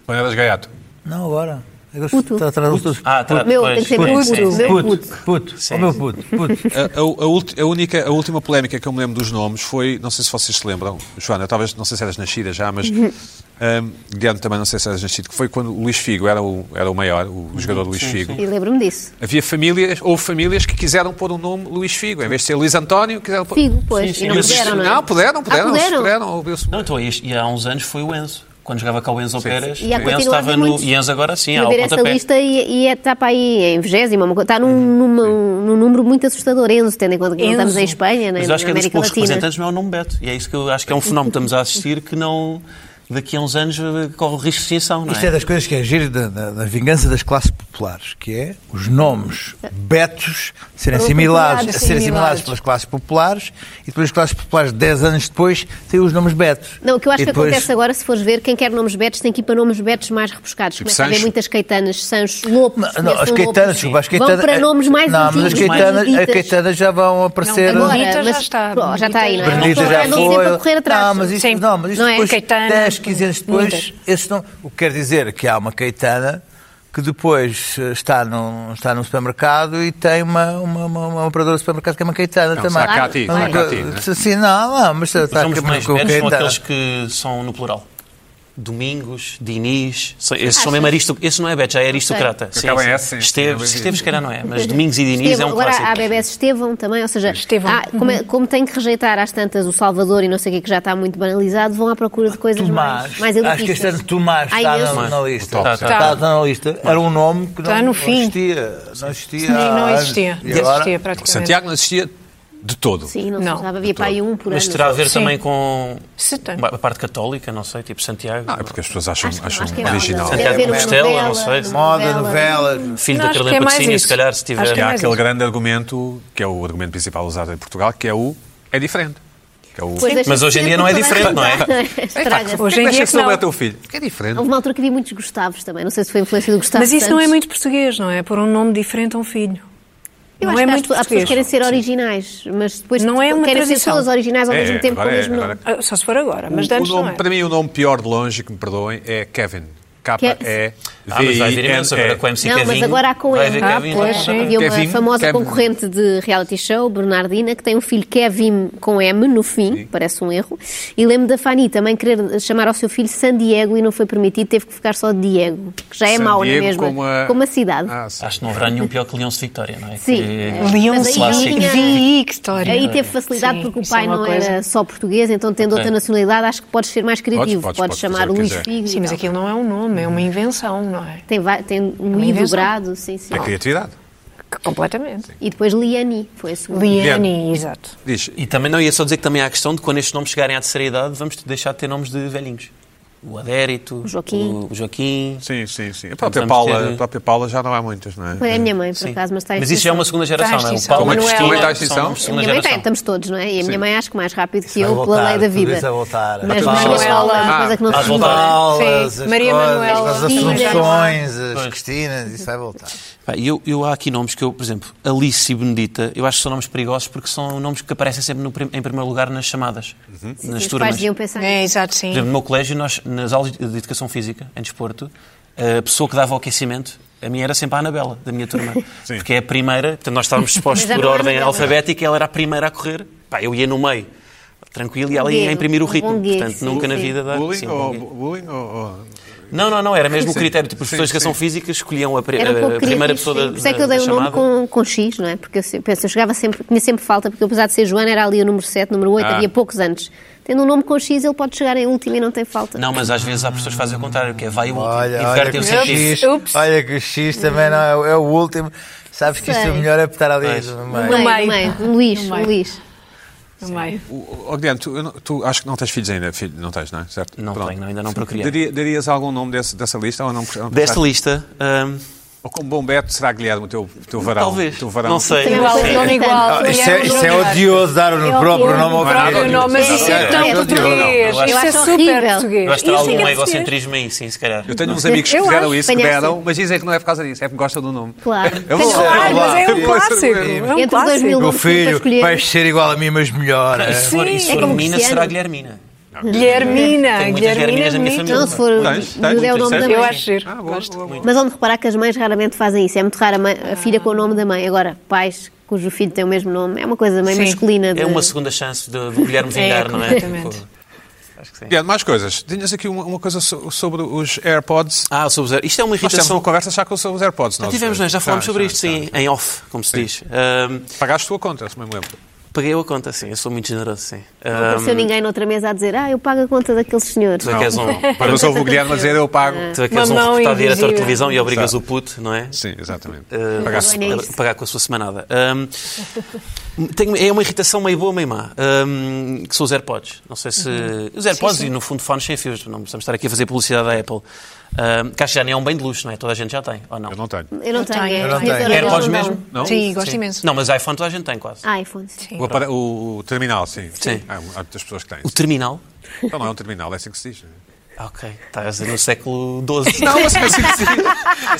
Speaker 1: Maneiras é Gaiato.
Speaker 5: Não, agora. Eu
Speaker 3: Puto.
Speaker 5: tra- tra- todos-
Speaker 2: Ah, tá,
Speaker 3: Meu,
Speaker 2: pois,
Speaker 3: tem que ser
Speaker 2: pois,
Speaker 3: puto.
Speaker 2: sim, sim.
Speaker 3: Meu
Speaker 5: Puto, puto.
Speaker 2: Sim.
Speaker 5: Ó, meu puto, puto.
Speaker 1: A, a- a ulti- a única, a última polémica que eu me lembro dos nomes foi, não sei se vocês se lembram, Joana, talvez, não sei se eras nascida já,
Speaker 3: (laughs)
Speaker 1: mas ahm, Guilherme também não sei se eras nascido, que foi quando o Luís Figo era o, era o maior, o
Speaker 3: Uhum,
Speaker 1: jogador Luís Figo.
Speaker 3: E lembro-me disso.
Speaker 1: Havia famílias, ou famílias que quiseram pôr o nome Luís Figo, em vez de ser Luís António, quiseram pôr...
Speaker 3: Figo, pois.
Speaker 2: Sim, sim.
Speaker 3: E não
Speaker 2: Mas isto-
Speaker 3: puderam, não é?
Speaker 1: Não, puderam, puderam,
Speaker 3: Ah, puderam.
Speaker 1: ouviu-se-
Speaker 2: Não, então, este- e há uns anos foi o Enzo. Quando jogava cá o Enzo Pérez,
Speaker 3: E há
Speaker 2: o Enzo
Speaker 3: continuado
Speaker 2: estava no.
Speaker 3: muitos.
Speaker 2: E Enzo agora sim,
Speaker 3: Eu
Speaker 2: há o
Speaker 3: ver essa
Speaker 2: pontapé.
Speaker 3: lista e, e é- está para aí em vigésima, uma co- está num,
Speaker 2: Uhum,
Speaker 3: numa- num número muito assustador, Enzo, tendo em conta que não
Speaker 4: Enzo.
Speaker 3: estamos em Espanha, nem
Speaker 2: Mas
Speaker 3: na
Speaker 2: eu acho que é dos
Speaker 3: América
Speaker 2: poucos
Speaker 3: Latina.
Speaker 2: representantes, não é o nome Beto. E é isso que eu acho que é um fenómeno que estamos a assistir que não. Daqui a uns anos eh, corre o risco de extinção, não
Speaker 5: Isto é
Speaker 2: é?
Speaker 5: das coisas que é giro da, da- da vingança das classes populares, que é os nomes betos serem
Speaker 4: Foram
Speaker 5: assimilados,
Speaker 4: populares,
Speaker 5: serem assimilados
Speaker 4: assimilados.
Speaker 5: pelas classes populares e depois as classes populares, 10 anos depois, têm os nomes betos.
Speaker 3: Não, o que eu acho
Speaker 5: E
Speaker 3: que
Speaker 5: depois-
Speaker 3: acontece agora, se fores ver, quem quer nomes betos tem que ir para nomes betos mais rebuscados.
Speaker 1: Tipo
Speaker 3: Começa a haver
Speaker 1: Sancho.
Speaker 3: muitas caetanas, Sancho, Lopes,
Speaker 5: Não,
Speaker 3: conhece
Speaker 5: não, as
Speaker 3: um
Speaker 5: caetanas,
Speaker 3: Lopes.
Speaker 5: desculpa, as
Speaker 3: Vão
Speaker 5: caetanas.
Speaker 3: para nomes mais
Speaker 5: Não, mas as
Speaker 3: antigas, mais
Speaker 5: caetanas, as
Speaker 3: juditas.
Speaker 5: caetanas já vão aparecer.
Speaker 4: Não,
Speaker 3: Agora,
Speaker 4: Benedita já
Speaker 3: mas,
Speaker 4: está,
Speaker 3: pô, já está aí, não é?
Speaker 4: Benedita
Speaker 5: Benedita
Speaker 3: Elas
Speaker 5: já
Speaker 3: andam sempre a
Speaker 5: foi.
Speaker 3: correr atrás.
Speaker 5: Não, mas isto,
Speaker 4: Sim.
Speaker 5: não, mas isto
Speaker 3: Não é?
Speaker 5: depois,
Speaker 4: Caetana,
Speaker 5: 10, 15 anos depois,
Speaker 4: muitas.
Speaker 5: esse não, o que quer dizer que há uma caetana que depois eh, está num, está num supermercado e tem uma, uma, uma, uma operadora de supermercado que é uma caetana
Speaker 1: Não,
Speaker 5: também.
Speaker 1: será
Speaker 3: Cátia,
Speaker 5: Ah,
Speaker 3: será
Speaker 1: Cátia, né?
Speaker 5: Sim, não, não, mas está
Speaker 2: Os nomes
Speaker 5: com-
Speaker 2: mais
Speaker 5: com
Speaker 2: betos são
Speaker 5: caetana.
Speaker 2: aqueles que são no plural. Domingos, Dinis, são- esses são
Speaker 3: Achas?
Speaker 2: mesmo aristo, esse não é Beto, já é aristocrata.
Speaker 1: Porque acaba em S, sim.
Speaker 2: Esteves,
Speaker 1: Sim.
Speaker 2: Esteves, se calhar não é, mas Domingos e Dinis é
Speaker 3: Estevão.
Speaker 2: um
Speaker 3: Agora há
Speaker 2: clássico.
Speaker 3: bebés Estevão também, ou seja,
Speaker 4: Estevão.
Speaker 3: há- como, é- como tem que rejeitar às tantas o Salvador e não sei o que, que já está muito banalizado, vão à procura de coisas é mais,
Speaker 5: Tomás,
Speaker 3: mais
Speaker 5: acho que este ano
Speaker 3: elitistas.
Speaker 5: Tomás
Speaker 3: Há
Speaker 5: está
Speaker 3: imensos.
Speaker 5: na, na lista.
Speaker 2: Tá,
Speaker 5: Está,
Speaker 2: tá.
Speaker 5: está na lista. Era um nome que não,
Speaker 4: Está no
Speaker 5: não
Speaker 4: fim.
Speaker 5: existia. Não existia.
Speaker 4: Sim,
Speaker 5: há
Speaker 4: não
Speaker 5: anos.
Speaker 4: existia.
Speaker 5: E agora,
Speaker 4: Existia praticamente.
Speaker 1: Santiago não existia De todo.
Speaker 3: Sim, não,
Speaker 4: Não.
Speaker 3: se usava. Havia para aí um por ano.
Speaker 2: Mas terá a ver
Speaker 4: Sim.
Speaker 2: também com
Speaker 4: Se tem.
Speaker 2: a parte católica, não sei, tipo Santiago.
Speaker 1: Não, é porque as pessoas acham,
Speaker 3: Acho que-
Speaker 1: acham
Speaker 3: acho que é era
Speaker 1: um original.
Speaker 3: uma-
Speaker 2: Santiago
Speaker 3: haver uma
Speaker 2: Compostela,
Speaker 3: novela,
Speaker 2: não sei.
Speaker 3: uma
Speaker 5: Moda, novelas.
Speaker 2: Filho
Speaker 4: Não,
Speaker 2: da Carolina
Speaker 4: acho que é mais
Speaker 2: Patrocínio, se
Speaker 4: isso.
Speaker 2: calhar, se tiver. Ah,
Speaker 4: Acho que
Speaker 1: E
Speaker 4: é
Speaker 1: há
Speaker 4: mais
Speaker 1: aquele
Speaker 4: isso.
Speaker 1: grande argumento, que é o argumento principal usado em Portugal, que é o é diferente. Que é o
Speaker 3: Pois deixa
Speaker 2: Mas
Speaker 3: de
Speaker 2: hoje em
Speaker 3: ser
Speaker 2: dia não é
Speaker 3: porque toda a
Speaker 2: diferente, não
Speaker 3: gente- Estraga-se.
Speaker 4: Hoje em
Speaker 1: Deixa
Speaker 4: dia
Speaker 1: que
Speaker 4: é que não.
Speaker 1: celebrar teu filho. Que é diferente.
Speaker 3: Houve uma altura que havia muitos Gustavos também. Não sei se foi a influência do Gustavo
Speaker 4: Mas isso não é
Speaker 3: Santos.
Speaker 4: muito português, não é? Por um nome diferente a um filho.
Speaker 3: Eu
Speaker 4: não
Speaker 3: acho
Speaker 4: é
Speaker 3: que há-
Speaker 4: muito
Speaker 3: há pessoas que
Speaker 4: português.
Speaker 3: querem ser originais, mas depois
Speaker 4: Não é uma
Speaker 3: querem ser
Speaker 4: tradição.
Speaker 3: todas originais ao
Speaker 1: É,
Speaker 3: mesmo um tempo com o
Speaker 1: agora é,
Speaker 3: mesmo
Speaker 1: agora
Speaker 3: nome.
Speaker 4: Ah, Só se for agora, mas de
Speaker 1: O
Speaker 4: antes não
Speaker 1: nome-
Speaker 4: é.
Speaker 1: Para mim, o nome pior de longe, que me perdoem, é Kevin.
Speaker 3: é
Speaker 1: K-E-V-I-N-E.
Speaker 2: Ah, mas vai vir imenso agora com o MC
Speaker 3: Não,
Speaker 2: Kevin.
Speaker 3: mas agora há com
Speaker 2: vai
Speaker 3: ele.
Speaker 2: ver
Speaker 4: Ah,
Speaker 2: Kevin.
Speaker 4: pois, sim.
Speaker 3: Havia uma
Speaker 1: Kevin,
Speaker 3: famosa
Speaker 1: Kevin.
Speaker 3: concorrente de reality show, Bernardina, que tem um filho Kevin com M no fim, parece um erro. E lembro da Fanny também querer chamar ao seu filho San Diego e não foi permitido, teve que ficar só Diego, que já é
Speaker 1: San
Speaker 3: mau na
Speaker 1: Diego
Speaker 3: mesma,
Speaker 1: como a-
Speaker 3: cidade.
Speaker 1: Ah, sim.
Speaker 2: Acho que não haverá nenhum pior que Leonce Vitória, não é?
Speaker 3: Sim.
Speaker 2: Que-
Speaker 4: Leon
Speaker 3: Mas aí
Speaker 4: City.
Speaker 3: tinha-
Speaker 4: Vi, que história.
Speaker 3: Aí teve facilidade
Speaker 4: Sim,
Speaker 3: porque o
Speaker 4: isso é
Speaker 3: pai
Speaker 4: uma
Speaker 3: não
Speaker 4: coisa.
Speaker 3: era só português, então tendo outra nacionalidade acho que podes ser mais criativo.
Speaker 1: podes,
Speaker 3: Podes,
Speaker 1: podes
Speaker 3: chamar
Speaker 1: fazer o que
Speaker 3: Luís
Speaker 1: quiser.
Speaker 3: Figo. e
Speaker 4: Sim, mas
Speaker 3: tal.
Speaker 4: aquilo não é um nome, é uma invenção, não é?
Speaker 3: Tem, vai- tem um
Speaker 4: Uma
Speaker 3: I
Speaker 4: invenção.
Speaker 3: dobrado, sim, sim.
Speaker 1: É criatividade.
Speaker 4: Que- Completamente.
Speaker 3: E depois Liani, foi a segunda.
Speaker 4: Liane, exato.
Speaker 1: Diz,
Speaker 2: E também não ia só dizer que também há a questão de quando estes nomes chegarem à terceira idade, vamos deixar de ter nomes de velhinhos. O Adérito, o
Speaker 3: Joaquim.
Speaker 2: o Joaquim.
Speaker 1: sim, sim, sim. A
Speaker 2: Vamos
Speaker 1: própria,
Speaker 2: ter-
Speaker 1: Paula, a própria Paula já não há muitas, não é?
Speaker 3: Foi a minha mãe, por
Speaker 2: Sim.
Speaker 3: acaso, mas está em
Speaker 2: Mas isso já é uma
Speaker 3: extinção.
Speaker 2: segunda geração,
Speaker 4: Está em
Speaker 2: não é? O
Speaker 4: extinção.
Speaker 2: Paulo
Speaker 4: Como é que-
Speaker 2: Cristina
Speaker 1: como é que está a
Speaker 2: são
Speaker 1: extinção?
Speaker 2: segunda
Speaker 3: Minha mãe tem,
Speaker 2: geração.
Speaker 3: estamos todos, não é? E a minha mãe acho que mais rápido que
Speaker 5: vai
Speaker 3: eu,
Speaker 5: voltar,
Speaker 3: pela lei da
Speaker 5: tudo
Speaker 3: vida.
Speaker 5: isso vai voltar.
Speaker 3: Mas
Speaker 5: Vai
Speaker 3: Manuela,
Speaker 5: voltar.
Speaker 3: é uma
Speaker 4: Ah,
Speaker 3: coisa que não
Speaker 2: vai
Speaker 3: se
Speaker 5: As
Speaker 2: voltar.
Speaker 3: fala.
Speaker 5: Palas,
Speaker 4: Sim.
Speaker 5: as
Speaker 4: Maria
Speaker 5: coisas,
Speaker 4: Manuela.
Speaker 5: as
Speaker 3: Sim.
Speaker 5: Assunções, as Cristinas, isso vai voltar.
Speaker 2: Pá, Eu, eu há aqui nomes que eu, por exemplo, Alice e Benedita, eu acho que são nomes perigosos porque são nomes que aparecem sempre no prim- em primeiro lugar nas chamadas, nas
Speaker 3: Os pais
Speaker 2: turmas.
Speaker 3: deviam pensar nisso.
Speaker 4: É, exato,
Speaker 2: Por
Speaker 4: sim.
Speaker 2: exemplo, no meu colégio, nós, nas aulas de de educação física, em desporto, a pessoa que dava o aquecimento, a minha era sempre a Anabela, da minha turma.
Speaker 1: Sim.
Speaker 2: porque é a primeira, portanto, nós
Speaker 3: (laughs)
Speaker 2: estávamos dispostos
Speaker 3: Mas a
Speaker 2: por
Speaker 3: Anabela-
Speaker 2: ordem alfabética, ela era a primeira a correr. Pá, eu ia no meio, tranquilo, e ela ia
Speaker 3: Guedo,
Speaker 2: imprimir o
Speaker 3: um
Speaker 2: ritmo.
Speaker 3: bom guedo,
Speaker 2: Portanto,
Speaker 3: sim,
Speaker 2: nunca na
Speaker 3: sim.
Speaker 2: vida dá.
Speaker 1: Bullying
Speaker 2: sim,
Speaker 1: ou...
Speaker 2: bom guedo.
Speaker 1: Bullying ou... ou-
Speaker 2: Não, não, não, era mesmo o critério. Tipo, os
Speaker 1: Sim,
Speaker 2: professores de educação
Speaker 1: sim.
Speaker 2: física escolhiam a, pri-
Speaker 3: Era um
Speaker 2: a
Speaker 3: pouco
Speaker 2: primeira
Speaker 3: crítico,
Speaker 2: pessoa
Speaker 3: sim.
Speaker 2: da,
Speaker 3: Por isso é que
Speaker 2: da-
Speaker 3: eu dei
Speaker 2: da
Speaker 3: o nome
Speaker 2: chamada.
Speaker 3: com, com X, não é? Porque eu, se- penso, eu chegava sempre, tinha sempre falta, porque eu, apesar de ser Joana, era ali o número 7, número 8,
Speaker 1: Ah.
Speaker 3: havia poucos anos. Tendo um nome com X, ele pode chegar em último e não tem falta.
Speaker 2: Não, mas às vezes há pessoas que fazem o contrário, que é vai o último
Speaker 5: Olha,
Speaker 2: e
Speaker 5: olha
Speaker 2: divertem
Speaker 5: que,
Speaker 2: o
Speaker 5: o
Speaker 2: sentido.
Speaker 5: X,
Speaker 4: Ups.
Speaker 5: olha que o X também não é, o- é o último. Sabes que isto
Speaker 3: Sei.
Speaker 5: é melhor é apertar ali
Speaker 2: Pois.
Speaker 5: no
Speaker 3: No meio,
Speaker 5: meio.
Speaker 4: meio.
Speaker 3: no meio. Um Luís,
Speaker 4: No
Speaker 3: um
Speaker 4: meio.
Speaker 3: Luís.
Speaker 4: No meio.
Speaker 1: O- o- Guilherme, tu, eu não- tu acho que não tens filhos ainda, filho, não tens, não é? Certo?
Speaker 2: Não
Speaker 1: Pronto.
Speaker 2: tenho, não, ainda não procriei.
Speaker 1: Daria- darias algum nome desse- dessa lista ou não? ou não
Speaker 2: Desta lista, hum,
Speaker 1: Ou como bom Beto, será Guilherme o teu, o teu varão?
Speaker 2: talvez.
Speaker 1: o teu varão?
Speaker 2: Não sei.
Speaker 3: Também
Speaker 2: não
Speaker 3: vale
Speaker 2: sei.
Speaker 3: o nome
Speaker 4: igual.
Speaker 5: Ah, isto, é, isto é odioso dar o
Speaker 3: É
Speaker 5: próprio
Speaker 3: odioso.
Speaker 5: nome ao
Speaker 1: Não é nada
Speaker 5: filho.
Speaker 1: odioso.
Speaker 4: Não, mas isso é tão
Speaker 5: Eu acho
Speaker 4: português.
Speaker 2: horrível.
Speaker 4: Isso é
Speaker 3: Eu acho
Speaker 4: super
Speaker 3: horrível.
Speaker 4: português.
Speaker 2: Eu acho que há
Speaker 4: Isso é que
Speaker 2: algum
Speaker 4: é
Speaker 2: egocentrismo aí, sim, se calhar.
Speaker 1: Eu tenho uns amigos que
Speaker 4: Eu
Speaker 1: fizeram
Speaker 3: acho
Speaker 1: isso, que
Speaker 3: que tenho
Speaker 1: deram,
Speaker 3: assim.
Speaker 1: mas dizem que não é por causa disso, é porque gostam do nome.
Speaker 3: Claro.
Speaker 1: Eu vou-
Speaker 4: português. Claro, mas é um
Speaker 1: Sim.
Speaker 4: clássico. É um
Speaker 3: Entre dois mil-
Speaker 4: clássico.
Speaker 5: Meu
Speaker 3: Não tem para
Speaker 5: filho,
Speaker 3: escolher.
Speaker 5: vais ser igual a mim, mas melhor.
Speaker 2: E se for, e se
Speaker 4: Sim,
Speaker 2: for
Speaker 3: é como
Speaker 2: menina,
Speaker 3: Cristiano.
Speaker 2: será Guilhermina. Tenho muitas
Speaker 4: Guilhermina. Guilhermina é
Speaker 2: Guilherminas na minha família.
Speaker 4: bonita.
Speaker 3: Não, Então, se for
Speaker 1: Tens, tens,
Speaker 3: Judeu é o
Speaker 1: tens,
Speaker 3: nome da
Speaker 1: tens.
Speaker 3: mãe.
Speaker 4: Eu acho giro.
Speaker 1: Ah, boa,
Speaker 4: Gosto.
Speaker 1: boa, boa.
Speaker 3: Mas onde reparar que as mães raramente fazem isso. É muito raro a, mãe- a filha com o nome da mãe. Agora, pais cujo filho tem o mesmo nome, é uma coisa meio
Speaker 4: Sim.
Speaker 3: masculina. De...
Speaker 2: É uma segunda chance de do Guilherme vingar, não é?
Speaker 4: completamente.
Speaker 2: Tipo, Acho que sim.
Speaker 1: Guilherme, mais coisas. Tinhas aqui uma, uma coisa so- sobre os AirPods.
Speaker 2: Ah, sobre os- Isto é uma
Speaker 1: Nós tivemos
Speaker 2: irritação.
Speaker 1: uma conversa já com os AirPods.
Speaker 2: Já
Speaker 1: nós dois.
Speaker 2: tivemos, não é? já falámos
Speaker 1: Já,
Speaker 2: sobre
Speaker 1: já,
Speaker 2: isto
Speaker 1: já,
Speaker 2: sim,
Speaker 1: já.
Speaker 2: em off, como se diz. Ahm,
Speaker 1: tá. Pagaste a tua conta, se me lembro.
Speaker 2: paguei eu a conta, sim, eu sou muito generoso, sim.
Speaker 3: Não
Speaker 2: Ahm,
Speaker 3: apareceu ninguém noutra mesa a dizer ah, eu pago a conta daqueles senhores.
Speaker 2: tu é que és um,
Speaker 1: Mas houve o Guilherme a dizer, eu pago.
Speaker 2: tu é que és um
Speaker 4: Uma mão
Speaker 2: reportado diretor de
Speaker 4: invisível.
Speaker 2: televisão e obrigas
Speaker 1: Exato.
Speaker 2: o puto, não é?
Speaker 1: Sim, exatamente.
Speaker 2: Uh, pagar,
Speaker 1: Pagaste.
Speaker 3: Olha isso.
Speaker 2: pagar com a sua semanada. Ahm, tenho- é uma irritação meio boa, meio má. Ahm, que são os AirPods. Não sei se.
Speaker 1: Uhum.
Speaker 2: Os AirPods e, no fundo, fones sem fios. Não precisamos estar aqui a fazer publicidade da Apple. Ahm, que acho que já nem é um bem de luxo, não é? Toda a gente já tem, ou não?
Speaker 1: Eu não tenho.
Speaker 3: Eu não tenho.
Speaker 4: tenho,
Speaker 3: é,
Speaker 4: eu não
Speaker 3: as minhas
Speaker 5: tenho.
Speaker 3: orelhas
Speaker 2: AirPods
Speaker 3: não dão.
Speaker 2: mesmo? Não?
Speaker 4: Sim, gosto imenso.
Speaker 2: Não, mas iPhone toda a gente tem quase.
Speaker 3: Ah, iPhone. sim.
Speaker 4: Então.
Speaker 1: O, apara- o- o terminal, sim.
Speaker 2: Sim.
Speaker 1: Há, há muitas pessoas que têm.
Speaker 2: O terminal.
Speaker 1: Então não é um terminal, é assim que se diz.
Speaker 2: Ah, Ok, estás no século XII.
Speaker 1: Não, é assim que se diz.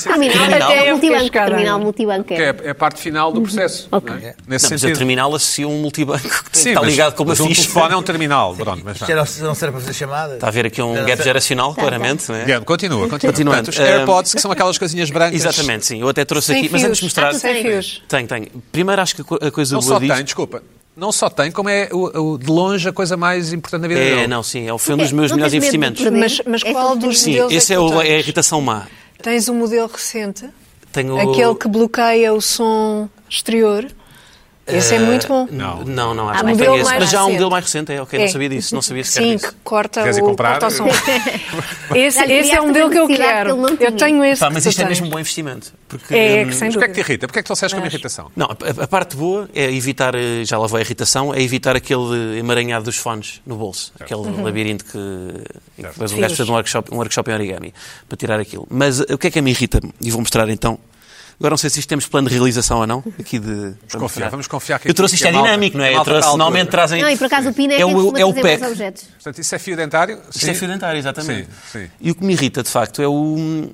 Speaker 3: Terminal,
Speaker 4: Até
Speaker 3: é
Speaker 4: eu fiquei
Speaker 3: multibanco.
Speaker 4: chocada.
Speaker 3: Terminal multibanco
Speaker 1: Que
Speaker 3: é.
Speaker 1: é, é a parte final
Speaker 4: Uhum.
Speaker 1: do processo. não é? Nesse
Speaker 2: Não, mas o
Speaker 1: sentido.
Speaker 2: terminal associa um multibanco que
Speaker 1: Sim,
Speaker 2: está
Speaker 1: mas-
Speaker 2: ligado com uma
Speaker 1: mas um
Speaker 2: ficha.
Speaker 1: telefone é um terminal. Pronto, mas
Speaker 5: Isto
Speaker 1: vá.
Speaker 5: era- não serve para fazer chamadas.
Speaker 2: Está a ver aqui
Speaker 1: É.
Speaker 2: um
Speaker 5: Era-
Speaker 2: gap geracional,
Speaker 1: Tá,
Speaker 2: claramente, não é?
Speaker 1: Guilherme, continua, continua.
Speaker 2: Continuando, Uhum.
Speaker 1: Portanto, os AirPods, que são aquelas coisinhas brancas.
Speaker 2: Exatamente, sim. Eu até trouxe
Speaker 4: Sem
Speaker 2: aqui, mas antes
Speaker 4: fios.
Speaker 2: de mostrar.
Speaker 3: Ah, tu tens.
Speaker 4: Sem fios.
Speaker 2: Tenho, tenho. Primeiro acho que a co- a coisa
Speaker 1: Não
Speaker 2: boa
Speaker 1: só
Speaker 2: disto.
Speaker 1: tem, desculpa. Não só tem, como é o, o- de longe a coisa mais importante na vida
Speaker 2: É,
Speaker 1: dele.
Speaker 2: não, sim, é, foi um
Speaker 3: Não
Speaker 2: dos meus
Speaker 3: tens medo
Speaker 2: melhores
Speaker 3: de
Speaker 2: investimentos.
Speaker 3: perder?
Speaker 4: Mas- mas
Speaker 3: É
Speaker 4: qual
Speaker 3: aquele
Speaker 4: dos
Speaker 3: que-
Speaker 2: Sim,
Speaker 4: Deus é
Speaker 2: esse
Speaker 4: que
Speaker 2: é,
Speaker 4: tu
Speaker 2: o- é a
Speaker 4: tens.
Speaker 2: irritação má.
Speaker 4: Tens um modelo recente,
Speaker 2: Tenho
Speaker 4: aquele que bloqueia o som exterior Esse é muito bom.
Speaker 1: Não.
Speaker 2: Não, não, acho
Speaker 3: Ah,
Speaker 2: que não
Speaker 3: modelo
Speaker 2: tem esse.
Speaker 4: mais
Speaker 2: Mas já há um
Speaker 4: recente.
Speaker 2: modelo mais recente, é ok,
Speaker 4: É.
Speaker 2: não sabia disso, não sabia sequer
Speaker 4: Sim,
Speaker 2: disso.
Speaker 4: que corta
Speaker 1: Queres ir
Speaker 4: o
Speaker 1: comprar?
Speaker 4: porta-som. esse
Speaker 3: Já lhe
Speaker 4: esse é
Speaker 3: criaste
Speaker 4: um modelo que eu
Speaker 3: publicidade que
Speaker 4: quero.
Speaker 3: ele não
Speaker 4: eu
Speaker 3: tinha.
Speaker 4: tenho esse.
Speaker 2: Pá, mas
Speaker 4: que tu
Speaker 2: isto é
Speaker 4: tens.
Speaker 2: mesmo um bom investimento. Porque,
Speaker 4: É,
Speaker 2: hum,
Speaker 4: que sem
Speaker 1: Porquê é que te
Speaker 4: dúvida.
Speaker 1: irrita? Porquê é que tu disseste que é uma
Speaker 4: Mas-
Speaker 1: irritação?
Speaker 2: Não, a, a parte boa é evitar, eh, já lá vou a irritação, é evitar aquele emaranhado dos fones no bolso. Aquele
Speaker 3: Uhum.
Speaker 2: labirinto que. em que depois um gajo fez um workshop, um workshop em origami para tirar aquilo. Mas eh, o que é que me irrita? E vou mostrar então. Agora não sei se isto temos plano de realização ou não. Aqui de. Vamos
Speaker 1: confiar, vamos confiar que
Speaker 2: Eu trouxe
Speaker 1: aqui
Speaker 2: isto é
Speaker 1: a malta-
Speaker 2: dinâmico, não
Speaker 1: a
Speaker 2: é? Eu
Speaker 1: malta
Speaker 2: trouxe,
Speaker 1: está à altura.
Speaker 2: normalmente trazem.
Speaker 3: Não, e por acaso o Pina é,
Speaker 2: É
Speaker 3: quem
Speaker 2: o-
Speaker 3: costuma
Speaker 2: é o
Speaker 3: trazer
Speaker 2: PEC.
Speaker 3: mais objetos.
Speaker 1: Portanto, isso é fio dentário?
Speaker 2: Isto é fio dentário, exatamente.
Speaker 1: Sim, sim.
Speaker 2: E o que me irrita, de facto, é o,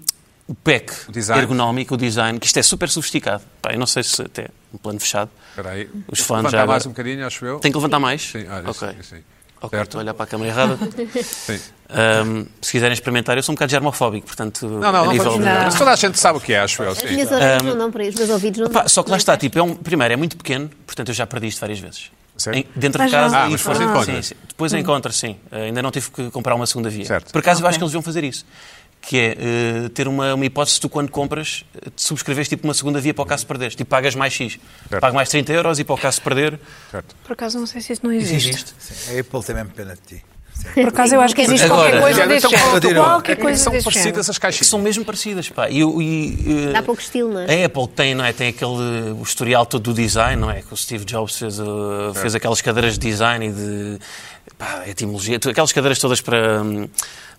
Speaker 2: o PEC
Speaker 1: O design.
Speaker 2: ergonómico, o design, que isto é super sofisticado. Pá, eu não sei se até um plano fechado.
Speaker 1: Espera aí.
Speaker 2: Os
Speaker 1: Vou
Speaker 2: fãs
Speaker 1: levantar
Speaker 2: já agora-
Speaker 1: mais um bocadinho, acho eu.
Speaker 2: Tem que levantar mais?
Speaker 1: Sim, olha,
Speaker 2: Ok.
Speaker 1: sim, sim.
Speaker 2: Ok,
Speaker 1: Certo?
Speaker 2: estou a olhar para a câmera errada.
Speaker 1: (laughs) Sim.
Speaker 2: Ahm, se quiserem experimentar, eu sou um bocado germofóbico, portanto...
Speaker 1: Não, não,
Speaker 2: a
Speaker 1: não,
Speaker 2: nível
Speaker 1: vamos-
Speaker 2: de-
Speaker 1: Mas toda a gente sabe o que é, acho eu.
Speaker 3: As
Speaker 1: Sim.
Speaker 3: minhas orelhas não dão para isso, os meus ouvidos não dão.
Speaker 2: Pá, só que lá está, tipo, é um, primeiro, é muito pequeno, portanto eu já perdi isto várias vezes.
Speaker 1: Sério?
Speaker 2: Em- dentro
Speaker 4: Mas
Speaker 2: de casa
Speaker 4: não.
Speaker 1: Ah,
Speaker 2: e
Speaker 1: mas
Speaker 2: fora.
Speaker 1: depois encontras.
Speaker 2: Sim, sim. Depois encontras, sim. Eh, ainda não tive que comprar uma segunda via.
Speaker 1: Certo.
Speaker 2: Por acaso eu acho que eles iam fazer isso. Que é eh, ter uma, uma hipótese de tu, quando compras, eh, te subscreves tipo uma segunda via para o caso de perderes. Tipo, pagas mais X.
Speaker 1: Certo.
Speaker 2: Pago mais 30 euros e para o caso de perder.
Speaker 1: Certo.
Speaker 4: Por acaso não sei se isso não existe.
Speaker 2: Existe.
Speaker 5: Sim, a Apple tem mesmo pena de ti.
Speaker 4: Por acaso eu acho que existe
Speaker 2: Agora,
Speaker 4: qualquer coisa
Speaker 1: Então,
Speaker 4: deste
Speaker 1: pronto,
Speaker 4: género.
Speaker 5: tirou.
Speaker 1: é
Speaker 4: Qualquer
Speaker 1: que
Speaker 4: coisa
Speaker 1: São
Speaker 4: deste género.
Speaker 1: parecidas as
Speaker 2: É Que
Speaker 1: caixinhas.
Speaker 2: são mesmo parecidas, pá. E, o- e, eh,
Speaker 3: Dá pouco estilo, não é?
Speaker 2: A Apple tem, não é? Tem aquele o historial todo do design, não é? Que o Steve Jobs fez, uh, fez aquelas cadeiras de design e de pá, etimologia, tu- aquelas cadeiras todas para, hum,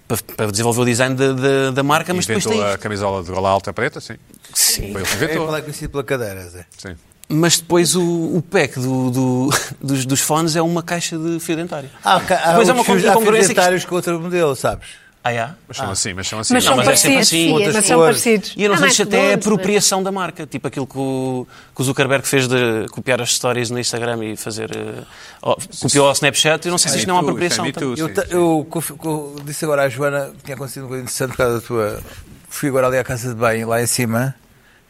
Speaker 2: para, para desenvolver o design da, da, da marca, mas depois
Speaker 1: Inventou
Speaker 2: tem.
Speaker 1: a camisola de gola alta preta, sim.
Speaker 2: Sim.
Speaker 1: Foi ele que
Speaker 5: A Apple
Speaker 1: inventou.
Speaker 5: é conhecido pela cadeira, Zé.
Speaker 1: Sim.
Speaker 2: Mas depois o, o pack do, do- dos, dos fones é uma caixa de fio dentário.
Speaker 3: Ah.
Speaker 5: Há, há,
Speaker 2: Depois
Speaker 5: Ah, os
Speaker 2: há é, uma
Speaker 5: fios- há fios
Speaker 2: incongruência que-
Speaker 5: dentários com outro modelo, sabes?
Speaker 2: Ah, é?
Speaker 1: Mas são assim, mas são assim.
Speaker 4: Mas
Speaker 2: Não,
Speaker 4: são
Speaker 2: mas é sempre
Speaker 4: parecidos.
Speaker 2: assim,
Speaker 3: outras
Speaker 4: Mas são
Speaker 5: cores.
Speaker 4: parecidos.
Speaker 2: E eu não
Speaker 3: Ah,
Speaker 2: sei
Speaker 3: mais
Speaker 2: se isto até é a
Speaker 3: redondos, mas-
Speaker 2: apropriação da marca, tipo aquilo que o, que o Zuckerberg fez de copiar as stories no Instagram e fazer. eh, ó, copiou ao Snapchat, eu não sei se
Speaker 1: Sim,
Speaker 2: isto não é uma
Speaker 1: tu,
Speaker 2: apropriação.
Speaker 1: sim, tu,
Speaker 2: também.
Speaker 5: Eu,
Speaker 1: sim,
Speaker 5: ta-
Speaker 1: sim.
Speaker 5: eu conf- co- disse agora à Joana que tinha acontecido uma coisa interessante por causa da tua. Fui agora ali à casa de banho, lá em cima,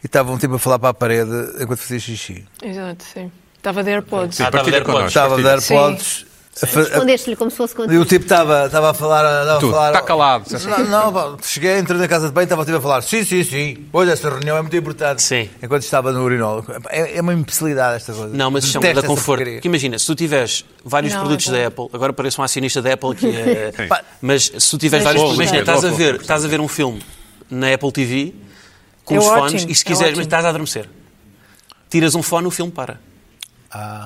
Speaker 5: e estava um tipo a falar para a parede enquanto fazia xixi.
Speaker 6: Exato, sim. Estava de AirPods.
Speaker 1: Sim,
Speaker 2: Ah,
Speaker 1: partilha
Speaker 2: tá,
Speaker 1: connosco.
Speaker 5: Estava a
Speaker 1: partilha.
Speaker 5: dar podes. a fa- a-
Speaker 3: Respondeste-lhe como se fosse
Speaker 5: E
Speaker 3: contigo.
Speaker 5: o tipo estava estava a falar. estava a
Speaker 1: Tu,
Speaker 5: falar-
Speaker 1: tá calado, disseste
Speaker 5: Não, não, pá, cheguei, entrei na casa de banho e estava o tipo a falar. Sim, sim, sim. Hoje esta reunião é muito importante.
Speaker 2: Sim.
Speaker 5: Enquanto estava no urinol. É, é uma imbecilidade esta coisa.
Speaker 2: Não, mas isso chama da
Speaker 5: Detesto essa
Speaker 2: conforto.
Speaker 5: porcaria.
Speaker 2: Porque imagina, se tu tiveres vários
Speaker 6: Não,
Speaker 2: produtos
Speaker 6: é
Speaker 2: da Apple, agora parece um acionista da Apple que
Speaker 4: (laughs)
Speaker 2: é.
Speaker 1: Sim.
Speaker 2: Pá, mas se tu tiveres
Speaker 4: é
Speaker 2: vários
Speaker 1: Louco,
Speaker 2: produtos, imagina,
Speaker 1: louco,
Speaker 2: estás a
Speaker 1: louco,
Speaker 2: ver,
Speaker 1: louco.
Speaker 2: estás a ver um filme na Apple TV com
Speaker 4: É
Speaker 2: os
Speaker 4: ótimo,
Speaker 2: fones e se
Speaker 4: é
Speaker 2: quiseres, mas
Speaker 4: ótimo.
Speaker 2: estás a adormecer. Tiras um fone, o filme para.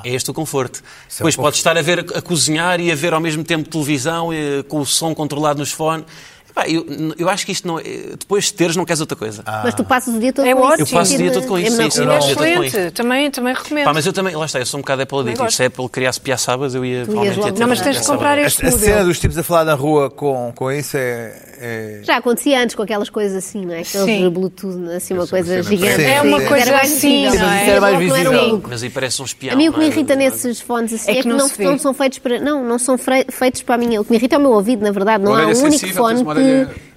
Speaker 2: É este o conforto.
Speaker 5: Ah. Isso é
Speaker 2: Depois
Speaker 5: um
Speaker 2: podes estar a ver a cozinhar e a ver ao mesmo tempo televisão eh, com o som controlado nos fones. Epá, eu, eu acho que isto não. é- Depois de teres, não queres outra coisa.
Speaker 5: Ah.
Speaker 3: Mas tu passas o dia todo
Speaker 4: É
Speaker 3: com isso.
Speaker 4: ótimo. Eu passo o
Speaker 2: dia todo com
Speaker 3: É
Speaker 2: isso,
Speaker 3: menor
Speaker 2: sim,
Speaker 3: coisa.
Speaker 4: E é
Speaker 2: Não, eu tô com
Speaker 4: excelente. Também, também recomendo.
Speaker 2: Pá, mas eu também, lá está, eu sou um bocado Apple adicto.
Speaker 6: gosto.
Speaker 2: Se a Apple criasse piaçabas, eu ia.
Speaker 3: ias
Speaker 2: provavelmente
Speaker 3: logo
Speaker 2: ia ter
Speaker 4: Não, mas
Speaker 2: uma
Speaker 4: tens de
Speaker 2: piaçaba.
Speaker 4: comprar este
Speaker 5: A, a cena
Speaker 4: modelo.
Speaker 5: dos tipos a falar na rua com, com isso é. é-
Speaker 3: Já acontecia antes com aquelas coisas assim, não é? Aqueles
Speaker 4: Sim.
Speaker 3: Bluetooth, assim, uma
Speaker 1: Eu sei,
Speaker 3: coisa
Speaker 1: mas sempre
Speaker 3: gigante.
Speaker 5: é
Speaker 3: Sim.
Speaker 5: uma
Speaker 3: Era
Speaker 4: coisa
Speaker 3: mais
Speaker 4: assim,
Speaker 3: visível.
Speaker 4: não é?
Speaker 3: Sim,
Speaker 5: Era mais
Speaker 3: não era um
Speaker 5: visível.
Speaker 3: look.
Speaker 2: Mas aí parece um espião.
Speaker 3: A mim o que me
Speaker 2: não é?
Speaker 3: irrita nesses fones assim
Speaker 4: É
Speaker 3: é
Speaker 4: que
Speaker 3: que,
Speaker 4: não
Speaker 3: não,
Speaker 4: se vê.
Speaker 3: não são feitos para. Não, não são fre- feitos para a minha. O que me irrita é o meu ouvido, na verdade. Não
Speaker 1: Uma
Speaker 3: há um
Speaker 1: orelha
Speaker 3: único
Speaker 1: sensível,
Speaker 3: fone
Speaker 1: tens
Speaker 3: que.
Speaker 1: uma orelha-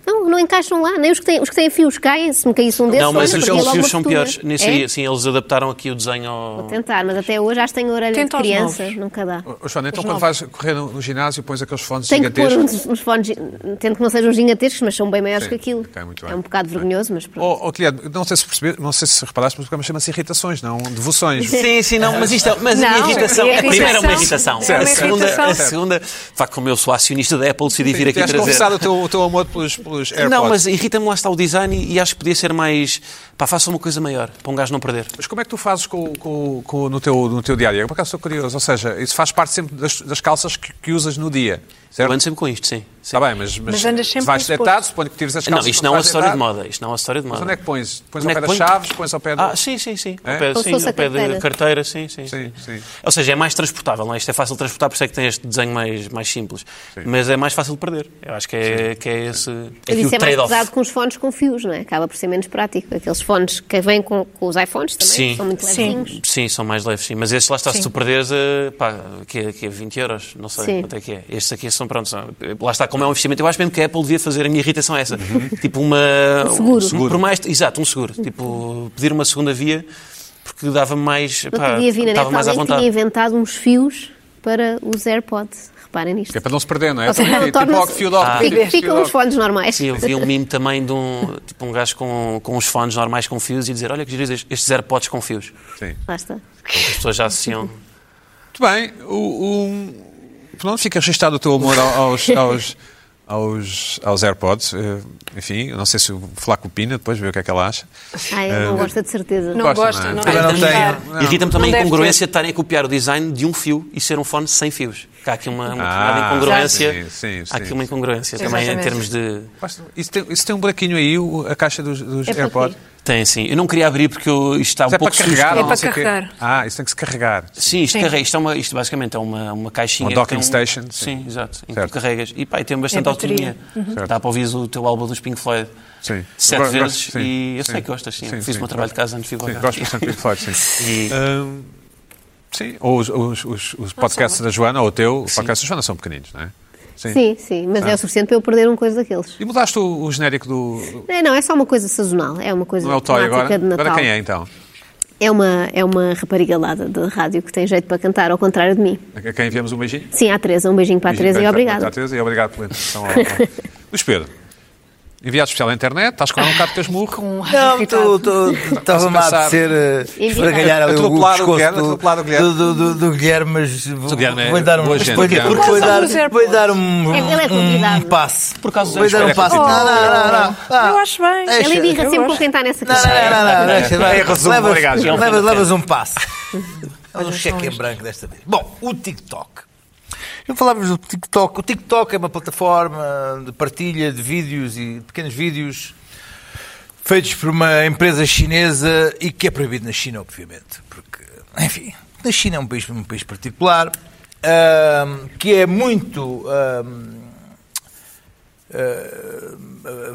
Speaker 3: Não, não encaixam lá. Nem os que têm, os que têm fios caem. Se me caísse um desses,
Speaker 2: Não, mas
Speaker 3: olha,
Speaker 2: os
Speaker 3: perdia logo
Speaker 2: fios
Speaker 3: uma
Speaker 2: são
Speaker 3: costura.
Speaker 2: piores. Nesse
Speaker 3: É?
Speaker 2: aí, assim, eles adaptaram aqui o desenho ao.
Speaker 3: Tentar, mas até hoje acho que tenho orelha
Speaker 4: Tenta
Speaker 3: de
Speaker 4: aos
Speaker 3: criança.
Speaker 4: novos.
Speaker 3: Nunca dá.
Speaker 1: Ô, Joana, então quando vais correr no, no ginásio, pões aqueles fones
Speaker 3: Tenho que pôr
Speaker 1: gigantescos.
Speaker 3: uns, uns fones, gi- tento que não sejam gigantescos, mas são bem maiores
Speaker 1: Sim,
Speaker 3: que aquilo.
Speaker 1: ok, muito
Speaker 3: é
Speaker 1: bem.
Speaker 3: um bocado vergonhoso, mas pronto.
Speaker 1: Oh, oh, Guilherme, não sei se percebeste, não sei se reparaste, mas o programa chama-se irritações, não devoções.
Speaker 2: Sim, sim, não, mas isto é, mas a
Speaker 4: Não,
Speaker 2: minha irritação.
Speaker 4: é
Speaker 2: A primeira é uma irritação.
Speaker 4: irritação.
Speaker 1: É
Speaker 2: A
Speaker 1: uma
Speaker 2: segunda, a
Speaker 1: irritação.
Speaker 2: segunda. Vá, como eu sou acionista da Apple, decidi vir aqui
Speaker 1: Tens
Speaker 2: trazer.
Speaker 1: confessado o teu, o teu amor pelos, pelos AirPods.
Speaker 2: Não, mas irrita-me lá está o design e, e acho que podia ser mais. Pá, faça uma coisa maior, para um gajo não perder.
Speaker 1: Mas como é que tu fazes com, com- com- no, teu, no teu diário? Eu por acaso estou curioso, ou seja, isso faz parte sempre das, das calças que, que usas no dia,
Speaker 2: Eu
Speaker 1: certo?
Speaker 2: ando sempre com isto, sim. sim.
Speaker 1: Está bem, mas,
Speaker 4: Mas andas sempre
Speaker 1: vais
Speaker 4: disposto.
Speaker 1: deitado, suponho que tires as calças.
Speaker 2: Não, isto
Speaker 1: quando
Speaker 2: não é uma
Speaker 1: vais
Speaker 2: história de
Speaker 1: deitar.
Speaker 2: moda. Isto não é uma história de moda.
Speaker 1: Mas onde é que pões? Pões
Speaker 2: Onde
Speaker 1: ao
Speaker 2: é
Speaker 1: pé
Speaker 2: que
Speaker 1: das
Speaker 2: põe?
Speaker 1: chaves, pões ao pé do...
Speaker 2: Ah, sim, sim, sim.
Speaker 1: É?
Speaker 2: Ao pé,
Speaker 3: Como se
Speaker 2: sim,
Speaker 3: fosse
Speaker 2: ao
Speaker 3: a
Speaker 2: pé da
Speaker 3: carteira.
Speaker 2: carteira, sim, sim,
Speaker 1: Sim, sim.
Speaker 2: Ou seja, é mais transportável, não é? Isto é fácil de transportar, por isso é que tem este desenho mais, mais simples. Mas é mais fácil de perder. Eu acho que é, que é esse é
Speaker 3: Mas
Speaker 2: aqui
Speaker 3: isso
Speaker 2: o
Speaker 3: é mais pesado
Speaker 2: trade-off.
Speaker 3: com os fones com fios, não é? Acaba por ser menos prático. Aqueles fones que vêm com, com os iPhones também,
Speaker 2: Sim.
Speaker 3: que são muito
Speaker 4: Sim.
Speaker 3: levinhos.
Speaker 2: Sim, são mais leves, sim. Mas estes lá está, se tu perderes, eh, pá, que é, que é 20 euros, não sei
Speaker 3: Sim.
Speaker 2: quanto é que é. Estes aqui são, pronto, são- lá está, como é um investimento. Eu acho mesmo que a Apple devia fazer, a minha irritação é essa. Tipo uma...
Speaker 3: Um seguro. Uhum.
Speaker 2: um- Por mais, exato, um seguro. Tipo, pedir uma segunda via, porque dava mais,
Speaker 3: No
Speaker 2: pá,
Speaker 3: outro dia vi na
Speaker 2: estava
Speaker 3: net
Speaker 2: mais à
Speaker 3: alguém que tinha
Speaker 2: vontade.
Speaker 3: inventado uns fios para os AirPods. reparem nisto.
Speaker 1: Que é para não se perder, não é?
Speaker 3: Ou seja, não,
Speaker 1: tipo
Speaker 3: (laughs) torna-se- Ah.
Speaker 1: logo fio de óculos.
Speaker 3: Fica-
Speaker 1: Fio de
Speaker 3: Ficam os
Speaker 1: óculos.
Speaker 3: fones normais.
Speaker 2: Sim, eu vi
Speaker 3: (laughs)
Speaker 2: um mimo também de um, tipo, um gajo com, com uns fones normais com fios e dizer: Olha que giro estes AirPods com fios.
Speaker 1: Sim.
Speaker 3: Lá está.
Speaker 2: As pessoas já associam.
Speaker 1: Muito bem. O, o... Pronto, fica registado o teu amor ao-
Speaker 3: (laughs)
Speaker 1: aos, aos, aos, aos AirPods. Eh, Enfim, eu não sei se o Flaco Pina, depois vê o que é que ela acha.
Speaker 3: Ai, Ah, eu não gosta de certeza.
Speaker 6: Não
Speaker 1: Gosta,
Speaker 6: gosto,
Speaker 1: Ah, não é?
Speaker 6: não,
Speaker 5: Também não
Speaker 6: deve
Speaker 5: tenho.
Speaker 6: estar.
Speaker 1: Não.
Speaker 2: Irrita-me
Speaker 6: Não
Speaker 2: também a
Speaker 6: deve
Speaker 2: incongruência
Speaker 6: ter.
Speaker 2: de estarem a copiar o design de um fio e ser um fone sem fios. Que há aqui uma, uma determinada
Speaker 1: Ah,
Speaker 2: incongruência.
Speaker 1: sim, sim, sim,
Speaker 2: há aqui uma
Speaker 1: sim.
Speaker 2: incongruência também em
Speaker 6: Exatamente.
Speaker 2: termos de.
Speaker 1: Basta- Isso tem, isso tem um buraquinho aí, o- a caixa dos, dos
Speaker 3: É para
Speaker 1: AirPods.
Speaker 3: quê?
Speaker 2: Tem, sim. Eu não queria abrir porque eu, isto está um
Speaker 1: Isso é para
Speaker 2: pouco
Speaker 1: carregar,
Speaker 2: sujo.
Speaker 1: ou não
Speaker 4: É para
Speaker 1: sei o quê.
Speaker 4: carregar.
Speaker 1: Ah, isso tem que se carregar.
Speaker 2: Sim, isto, carrega, isto, é uma, isto basicamente é uma, uma caixinha.
Speaker 1: Uma
Speaker 2: que
Speaker 1: docking
Speaker 2: tem um-
Speaker 1: station, sim.
Speaker 2: Sim, exato. Em que tu
Speaker 1: Certo.
Speaker 2: carregas. E pá, e tem bastante
Speaker 4: É bateria.
Speaker 2: autonomia. Dá para ouvir o teu álbum dos Pink Floyd
Speaker 1: Sim.
Speaker 2: sete
Speaker 1: Gosto-
Speaker 2: vezes
Speaker 1: gosto- sim,
Speaker 2: e eu
Speaker 1: sim.
Speaker 2: sei que gostas, sim.
Speaker 1: Sim,
Speaker 2: Fiz
Speaker 1: sim,
Speaker 2: o meu
Speaker 1: gosto.
Speaker 2: trabalho de casa antes de vir
Speaker 1: Sim,
Speaker 2: para cá.
Speaker 1: gosto bastante de Pink Floyd, sim.
Speaker 2: E-
Speaker 1: Hum, sim, ou os, os- os- os podcasts da Joana, ou o teu, os podcasts da Joana são pequeninos, não é? Ah.
Speaker 3: Sim, sim, mas é o suficiente para eu perder um coisa daqueles.
Speaker 1: E mudaste o, o genérico do.
Speaker 3: Não, não, é só uma coisa sazonal, é uma coisa
Speaker 1: Não é o Toy
Speaker 3: temática
Speaker 1: agora?
Speaker 3: de Natal.
Speaker 1: Agora quem é então?
Speaker 3: É uma, é uma rapariga lá de, de rádio que tem jeito para cantar, ao contrário de mim.
Speaker 1: A quem enviamos um beijinho?
Speaker 3: Sim, à Teresa, um beijinho para a Teresa e
Speaker 1: Para a
Speaker 3: obrigada.
Speaker 1: Teresa e obrigado pela introdução. ao- ao-
Speaker 3: (laughs)
Speaker 1: Luís Pedro, enviado especial à internet, estás com um bocado de casmurro.
Speaker 6: Um
Speaker 5: Não,
Speaker 6: irritado.
Speaker 5: estava-me a
Speaker 1: Pensar.
Speaker 5: apetecer eh, esfregalhar ali o
Speaker 1: Atropelar o
Speaker 5: pescoço
Speaker 1: Guilherme,
Speaker 5: do,
Speaker 1: atropelar o Guilherme.
Speaker 5: do, do, do- do Guilherme, mas vou,
Speaker 1: Guilherme é
Speaker 5: vou dar um,
Speaker 1: boa gente,
Speaker 5: vou,
Speaker 1: Guilherme.
Speaker 5: porque vou
Speaker 4: Por
Speaker 5: dar,
Speaker 4: causa dos
Speaker 5: vou
Speaker 4: AirPods.
Speaker 5: dar um,
Speaker 3: Ele é
Speaker 5: um
Speaker 3: convidado.
Speaker 5: passe.
Speaker 2: Por causa
Speaker 5: Vou
Speaker 2: dos
Speaker 5: dar um
Speaker 1: AirPods.
Speaker 5: passe.
Speaker 1: Oh,
Speaker 5: Não, não, não, não. Ah.
Speaker 4: Eu acho bem.
Speaker 5: Deixa.
Speaker 3: Ele birra
Speaker 4: Eu
Speaker 3: sempre com
Speaker 4: gosto.
Speaker 3: quem está nessa
Speaker 5: Não, não,
Speaker 3: caixa.
Speaker 5: não, não, não, deixa, vai.
Speaker 1: É resumo,
Speaker 5: levas,
Speaker 1: obrigado, João.
Speaker 5: levas, levas um passo. Levas um cheque em branco desta vez. Bom, o TikTok. Já falávamos do TikTok. O TikTok é uma plataforma de partilha de vídeos e de pequenos vídeos feitos por uma empresa chinesa e que é proibido na China, obviamente. Porque, enfim, na China é um país, um país particular ahm, que é muito ahm,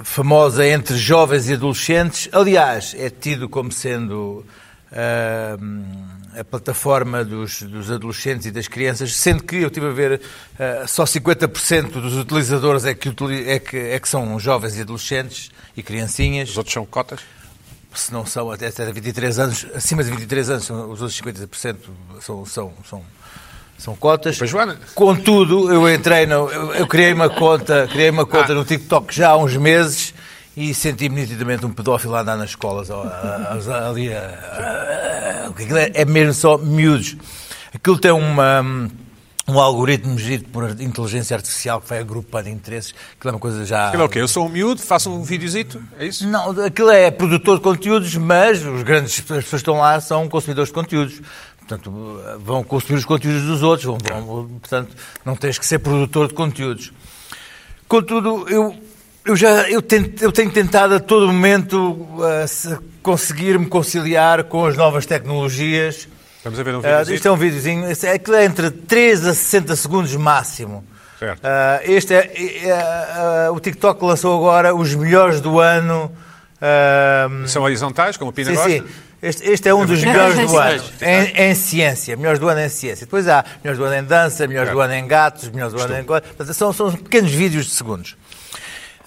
Speaker 5: famosa entre jovens e adolescentes. Aliás, é tido como sendo ah, a plataforma dos, dos adolescentes e das crianças, sendo que eu estive a ver ah, só 50% dos utilizadores é que, utili- é, que, é que são jovens e adolescentes e criancinhas
Speaker 1: Os outros são cotas.
Speaker 5: se não são até, até 23 anos, acima de 23 anos, são- os outros 50% são, são, são, são cotas.
Speaker 1: Pois, Joana.
Speaker 5: Contudo, eu entrei, no, eu, eu criei uma conta, criei uma conta
Speaker 1: Ah.
Speaker 5: no TikTok já há uns meses e senti-me nitidamente um pedófilo a andar nas escolas, ó, a- a- ali a- a- o que aquilo é, é mesmo só miúdos. Aquilo tem uma, um algoritmo gerido por inteligência artificial que vai agrupando interesses, aquilo é uma coisa já...
Speaker 1: Aquilo é o quê? Eu sou um miúdo, faço um videozito, é
Speaker 3: Hum.
Speaker 1: isso?
Speaker 5: Não, aquilo é produtor de conteúdos, mas os grandes, as pessoas que estão lá são consumidores de conteúdos. Portanto, vão consumir os conteúdos dos outros, vão, vão- portanto, não tens que ser produtor de conteúdos. Contudo, eu, eu já eu, tento, eu tenho tentado a todo momento ah, se- conseguir-me conciliar com as novas tecnologias.
Speaker 1: Estamos a ver um
Speaker 5: Ah,
Speaker 1: videozito.
Speaker 5: isto é um videozinho, Esse- aquilo é entre 3 a 60 segundos máximo.
Speaker 1: Certo.
Speaker 5: Ah, este é, é, ah, o TikTok lançou agora os melhores do ano. ah,
Speaker 1: São horizontais, como o
Speaker 2: é
Speaker 1: Pina
Speaker 2: um
Speaker 5: sim,
Speaker 1: gosta.
Speaker 5: sim. Este, este é um dos melhores do ano.
Speaker 2: Sim.
Speaker 5: Em, em ciência, melhores do ano em ciência. Depois há melhores do ano em dança, melhores do
Speaker 2: É.
Speaker 1: Claro.
Speaker 5: ano em gatos, melhores do ano em. coisa. Portanto, São, são pequenos vídeos de segundos.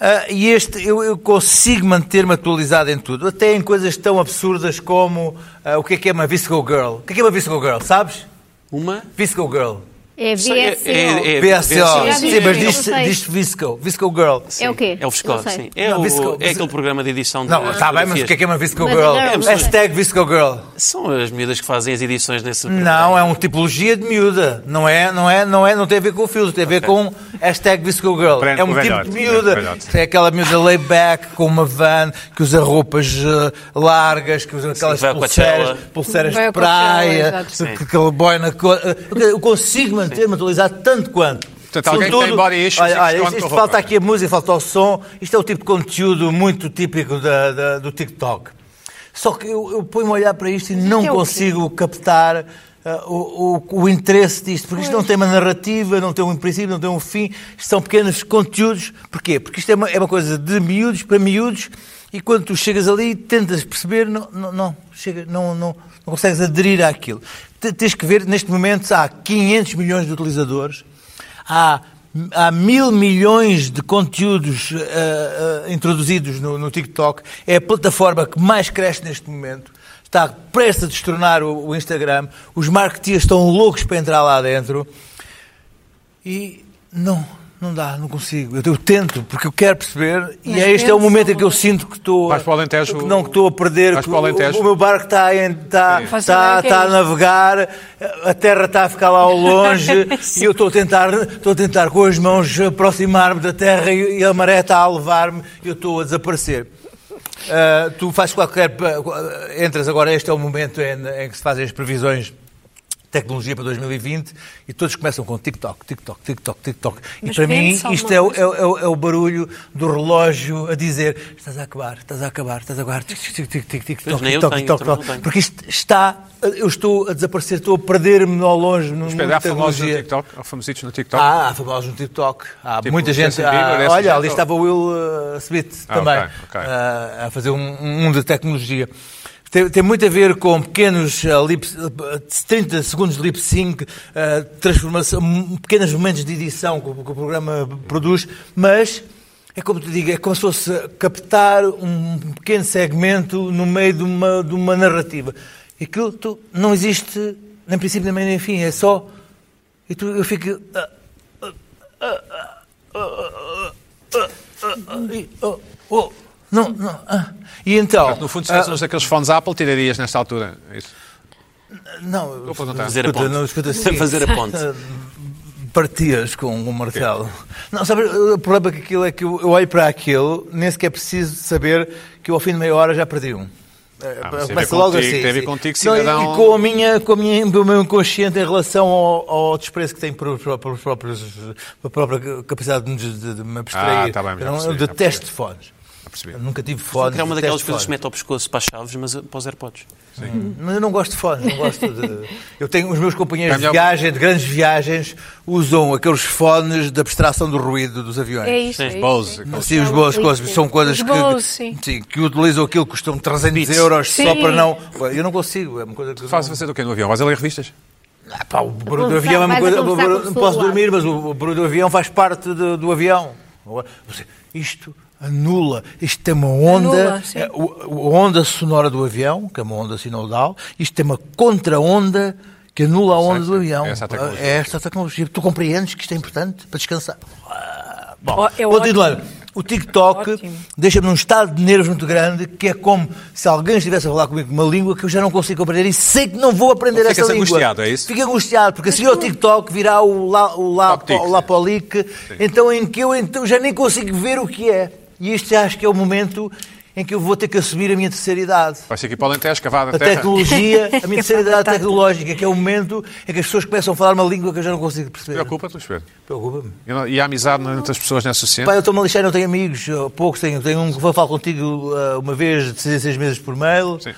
Speaker 5: Ah, e este, eu, eu consigo manter-me atualizado em tudo, até em coisas tão absurdas como ah, o que é que é uma Visco Girl. O que é que é uma Visco Girl, sabes?
Speaker 2: (laughs) Uma.
Speaker 5: Visco Girl.
Speaker 3: É VSO.
Speaker 2: É- é- é-
Speaker 5: VSO.
Speaker 3: VSO.
Speaker 5: Sim, mas
Speaker 3: Eu
Speaker 5: diz-se
Speaker 3: sei.
Speaker 5: diz Visco. Visco Girl.
Speaker 3: É o quê?
Speaker 2: É o
Speaker 3: Não
Speaker 2: Viscose,
Speaker 3: sei.
Speaker 2: sim. É,
Speaker 5: Não,
Speaker 2: o-
Speaker 5: Visco-
Speaker 2: é aquele programa de edição de.
Speaker 5: Não, está bem, mas o que é que é uma Visco Girl?
Speaker 3: Mas a girl,
Speaker 5: Hashtag Visco Girl.
Speaker 2: São as miúdas que fazem as edições nesse.
Speaker 5: Não, é uma tipologia de miúda. Não é, não é, não é, não tem a ver com o filtro, tem a ver com hashtag Visco Girl.
Speaker 1: Aprende
Speaker 5: É
Speaker 1: com
Speaker 5: um
Speaker 1: o
Speaker 5: tipo
Speaker 1: velhote,
Speaker 5: de
Speaker 1: aprende com o
Speaker 5: miúda.
Speaker 1: velhote.
Speaker 5: É aquela miúda layback com uma van que usa roupas eh, largas, que usa aquelas
Speaker 2: vai ao
Speaker 5: pulseiras,
Speaker 2: Coachella.
Speaker 5: pulseiras
Speaker 6: Vai
Speaker 5: de
Speaker 6: ao Coachella,
Speaker 5: praia,
Speaker 6: exato.
Speaker 5: que- que aquele boy na cor. Eu consigo manter-me atualizado tanto quanto.
Speaker 1: Portanto, alguém
Speaker 5: Sobretudo-
Speaker 1: tem body issues e
Speaker 5: Olha,
Speaker 1: esconde
Speaker 5: olha, isto,
Speaker 1: com
Speaker 5: isto
Speaker 1: roupa.
Speaker 5: falta aqui a música, falta o som. Isto é o tipo de conteúdo muito típico da- da- do TikTok. Só que eu, eu ponho-me a olhar para isto e
Speaker 4: é
Speaker 5: não
Speaker 4: o quê?
Speaker 5: consigo captar ah, o, o- o interesse disto, porque isto não tem uma narrativa, não tem um princípio, não tem um fim, isto são pequenos conteúdos. Porquê? Porque isto é uma, é uma coisa de miúdos para miúdos e quando tu chegas ali e tentas perceber, não, não, não, chega, não, não, não consegues aderir àquilo. Te- Tens que ver, neste momento há 500 milhões de utilizadores, há, há mil milhões de conteúdos ah, ah, introduzidos no, no TikTok. É a plataforma que mais cresce neste momento. Está prestes a destronar o, o Instagram. Os marketeers estão loucos para entrar lá dentro. E não, não dá, não consigo. Eu, eu tento, porque eu quero perceber, e
Speaker 4: Mas
Speaker 5: é este é o
Speaker 4: pensa,
Speaker 5: momento em que eu
Speaker 4: não é?
Speaker 5: sinto que estou. a-
Speaker 1: Vais para o Alentejo,
Speaker 5: que não que estou a perder,
Speaker 1: vais
Speaker 5: que
Speaker 1: para o Alentejo.
Speaker 5: o, o meu barco está, em, está,
Speaker 4: Faço
Speaker 5: está,
Speaker 4: ideia que é
Speaker 5: está a
Speaker 4: isso.
Speaker 5: navegar, a terra está a ficar lá ao longe, e eu estou a tentar, estou a tentar com as mãos aproximar-me da terra e, e a maré está a levar-me, e eu estou a desaparecer. Ah, tu fazes qualquer. Entras agora, este é o momento em- em que se fazem as previsões tecnologia para 2020 e todos começam com TikTok, TikTok, TikTok, TikTok. E
Speaker 4: Mas
Speaker 5: para mim
Speaker 4: pensa
Speaker 5: isto
Speaker 4: uma
Speaker 5: é, o-
Speaker 4: coisa.
Speaker 5: é o- é o- é o barulho do relógio a dizer estás a acabar, estás a acabar, estás a acabar, tic, tic, tic, tic, tic, TikTok,
Speaker 2: nem eu
Speaker 5: TikTok,
Speaker 2: tenho,
Speaker 5: TikTok,
Speaker 2: também não
Speaker 5: TikTok.
Speaker 2: tenho.
Speaker 5: Porque isto está, eu estou a desaparecer, estou a perder-me ao longe no mundo
Speaker 1: Espera,
Speaker 5: da
Speaker 1: há famosos no
Speaker 5: tecnologia.
Speaker 1: TikTok. Há famositos no TikTok.
Speaker 5: Ah, há famosos no TikTok. Há
Speaker 1: Tipo
Speaker 5: muita
Speaker 1: o
Speaker 5: gente.
Speaker 1: Justin
Speaker 5: há-
Speaker 1: Bieber, essa
Speaker 5: olha,
Speaker 1: gente,
Speaker 5: ali
Speaker 1: ou-
Speaker 5: estava o Will uh, Smith
Speaker 1: Ah,
Speaker 5: também
Speaker 1: ok, ok.
Speaker 5: uh, a fazer um, um de tecnologia. Tem, tem muito a ver com pequenos uh, lip, uh, 30 segundos de lip sync, uh, transformação, m- pequenos momentos de edição que, o- que o programa produz, mas é como te digo, é como se fosse captar um pequeno segmento no meio de uma, de uma narrativa. Aquilo tu, não existe, nem princípio, nem meio, nem fim, é só. E tu, eu fico. ah, e- oh, oh, não, não. ah. E então.
Speaker 1: No fundo, se
Speaker 5: ah,
Speaker 1: tivesse uns daqueles fones Apple, tirarias nesta altura. É Isso.
Speaker 5: não,
Speaker 1: Vou perguntar.
Speaker 5: escuta,
Speaker 2: Fazer a ponte.
Speaker 5: não, escuta, sim.
Speaker 2: Fazer a ponte.
Speaker 5: Ah, (laughs) Partias com um martelo. Não, sabe, o problema que aquilo é que eu eu olho para aquilo, nem sequer preciso saber que eu ao fim de meia hora já perdi um. É,
Speaker 1: Ah, mas tem a ver
Speaker 5: Começa logo
Speaker 1: contigo,
Speaker 5: assim.
Speaker 1: tem a ver
Speaker 5: sim.
Speaker 1: contigo,
Speaker 5: Não, e-
Speaker 1: cidadão.
Speaker 5: E com a minha, com a minha, o meu inconsciente em relação ao, ao desprezo que tem por, por, por, próprios, por própria capacidade de, me- de- de me abstrair.
Speaker 1: tá bem, já
Speaker 5: eu, não-
Speaker 1: percebi,
Speaker 5: eu
Speaker 1: já
Speaker 5: detesto fones.
Speaker 1: Já percebi.
Speaker 5: Eu nunca tive fones.
Speaker 2: Era é uma
Speaker 5: detesto
Speaker 2: daquelas coisas que se
Speaker 5: fones.
Speaker 2: mete ao pescoço para as chaves, mas eh, para os AirPods.
Speaker 5: Mas eu não gosto de fones, não gosto de... Eu tenho os meus companheiros
Speaker 1: Cambiar-
Speaker 5: de viagem, de grandes viagens, usam aqueles fones de abstração do ruído dos aviões.
Speaker 4: É isso. é isso.
Speaker 1: Bose.
Speaker 5: Sim, os boas coisas, são coisas
Speaker 4: Os
Speaker 5: que,
Speaker 4: bons, sim.
Speaker 5: sim, que utilizam aquilo que custam 300 euros só
Speaker 4: Sim.
Speaker 5: para não. Eu não consigo, é uma coisa que. eu
Speaker 1: Faz
Speaker 5: não-
Speaker 1: você do quê no avião? Vais a ler revistas?
Speaker 5: Ah, pá, o barulho do
Speaker 3: Conversar-
Speaker 5: avião é uma
Speaker 3: vais a
Speaker 5: coisa. o
Speaker 3: conversar
Speaker 5: barulho-
Speaker 3: com o
Speaker 5: Não posso
Speaker 3: celular.
Speaker 5: dormir, mas o o barulho do avião faz parte do, do avião. Agora, você- Isto anula, isto tem uma onda,
Speaker 4: Anula, sim.
Speaker 5: é, o- o- a onda sonora do avião, que é uma onda sinodal, isto tem uma contra-onda que anula a onda
Speaker 1: sim.
Speaker 5: do avião.
Speaker 1: É essa a tecnologia.
Speaker 5: É esta a tecnologia. Tu compreendes que isto é importante para descansar? Ah, Bom,
Speaker 4: Ó, é
Speaker 5: continuando. O TikTok
Speaker 4: Ótimo.
Speaker 5: deixa-me num estado de nervos muito grande, que é como se alguém estivesse a falar comigo uma língua que eu já não consigo compreender e sei que não vou aprender aprender
Speaker 1: Ficas
Speaker 5: essa língua.
Speaker 1: angustiado, é isso?
Speaker 5: Fico angustiado, porque assim o TikTok virá o, la, o, la,
Speaker 1: Toc-tic,
Speaker 5: o Lapolic, então em que eu então, já nem consigo ver o que é. E este acho que é o momento em que eu vou ter que assumir a minha terceira idade.
Speaker 1: Vais aqui para o Alentejo, cavada
Speaker 5: A
Speaker 1: terra.
Speaker 5: tecnologia, a minha terceira idade tecnológica, que é o momento em que as pessoas começam a falar uma língua que eu já não consigo perceber.
Speaker 1: Preocupa-te, Luís Pedro.
Speaker 5: Preocupa-me.
Speaker 1: E não- E a amizade entre as pessoas nessa
Speaker 5: Pá,
Speaker 1: sociedade?
Speaker 5: eu estou-me a lixar, não tenho amigos, eh, poucos tenho. Tenho um que vou falar contigo eh, uma vez de seis em seis meses por mail.
Speaker 1: Sim.
Speaker 5: Eh,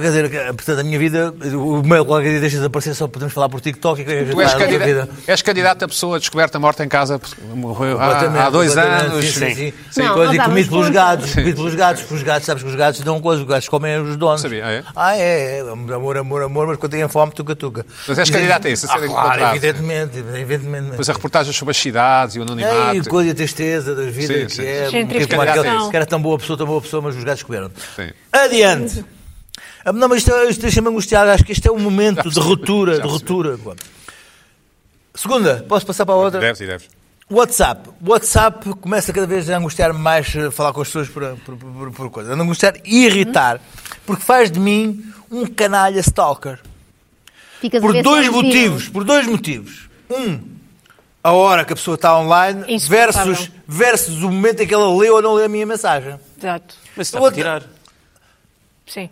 Speaker 5: Quer dizer, que, portanto, a minha vida, o mail qualquer dia deixa de aparecer, só podemos falar por TikTok e querer
Speaker 1: Tu és,
Speaker 5: falar da tua
Speaker 1: candida
Speaker 5: é vida.
Speaker 1: és candidato a pessoa descoberta morta em casa, porque morreu Ah, há, há
Speaker 5: Completamente,
Speaker 1: dois
Speaker 5: completamente,
Speaker 1: anos.
Speaker 5: Sim, sim, sim.
Speaker 3: Não,
Speaker 5: Coisa,
Speaker 3: nós
Speaker 5: e comido
Speaker 3: dávamos
Speaker 5: pelos
Speaker 3: conta.
Speaker 5: gados, comido pelos gatos, porque os gatos, sabes que os gatos dão coisas, os gatos comem os donos.
Speaker 1: Sabia, ah, é?
Speaker 5: Ah, é, é, amor, amor, amor, mas quando têm fome, tuca-tuca.
Speaker 1: Mas és candidato a isso, é a ser
Speaker 5: ah, claro,
Speaker 1: encontrado.
Speaker 5: evidentemente, evidentemente.
Speaker 1: Depois há reportagens sobre as cidades e o
Speaker 5: É, e
Speaker 1: anonimato.
Speaker 5: coisa e a tristeza das vidas
Speaker 1: Sim,
Speaker 5: que
Speaker 1: sim.
Speaker 5: é.
Speaker 4: Gentrificação.
Speaker 5: Porque aquela- Que era tão boa pessoa, tão boa pessoa, mas os gatos comeram.
Speaker 1: Sim.
Speaker 5: Adiante. Ah, Não, mas isto, é- isto deixa-me angustiado. Acho que este é um momento de
Speaker 1: percebi,
Speaker 5: ruptura,
Speaker 1: já
Speaker 5: de
Speaker 1: percebi.
Speaker 5: ruptura. Segunda, posso passar para a outra?
Speaker 1: Deves e deves.
Speaker 5: WhatsApp. WhatsApp começa cada vez a angustiar-me mais eh, falar com as pessoas por, por, por, por coisa. A angustiar e irritar. Porque faz de mim um canalha stalker.
Speaker 3: Ficas a
Speaker 5: Por
Speaker 3: ver só
Speaker 5: dois
Speaker 3: os vídeos.
Speaker 5: motivos, por dois motivos. Um, a hora que a pessoa está online
Speaker 4: Insuportável.
Speaker 5: versus, versus o momento em que ela lê ou não lê a minha mensagem.
Speaker 4: Exato.
Speaker 2: Mas está
Speaker 5: Outra-
Speaker 2: para tirar.
Speaker 4: Sim.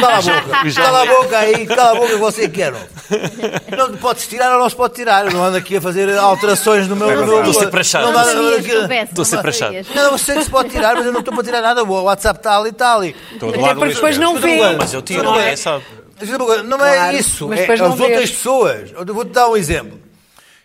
Speaker 5: Cala a boca, cala a boca aí, cala a boca que você quer. ó. Não te podes tirar ou não se pode tirar. Eu não ando aqui a fazer alterações no meu... no meu-
Speaker 2: Estou sempre a achar.
Speaker 5: Não,
Speaker 3: Não,
Speaker 5: dá-
Speaker 3: não,
Speaker 5: não,
Speaker 3: não,
Speaker 5: aquilo-
Speaker 2: Estou sempre achado.
Speaker 5: não, eu sei que se pode tirar, mas eu não estou para tirar nada. O WhatsApp está ali, está ali.
Speaker 1: Estou do
Speaker 4: Até
Speaker 1: lado do
Speaker 4: porque
Speaker 1: Luís
Speaker 4: depois
Speaker 1: Pedro.
Speaker 4: não vê.
Speaker 5: Não,
Speaker 2: Mas eu tiro,
Speaker 5: Não
Speaker 2: não
Speaker 5: é.
Speaker 2: é, sabe?
Speaker 5: Mas agora, Não é
Speaker 4: Claro,
Speaker 5: isso,
Speaker 4: mas
Speaker 5: é
Speaker 4: depois
Speaker 5: as
Speaker 4: não vês.
Speaker 5: outras pessoas. Eu vou-te dar um exemplo.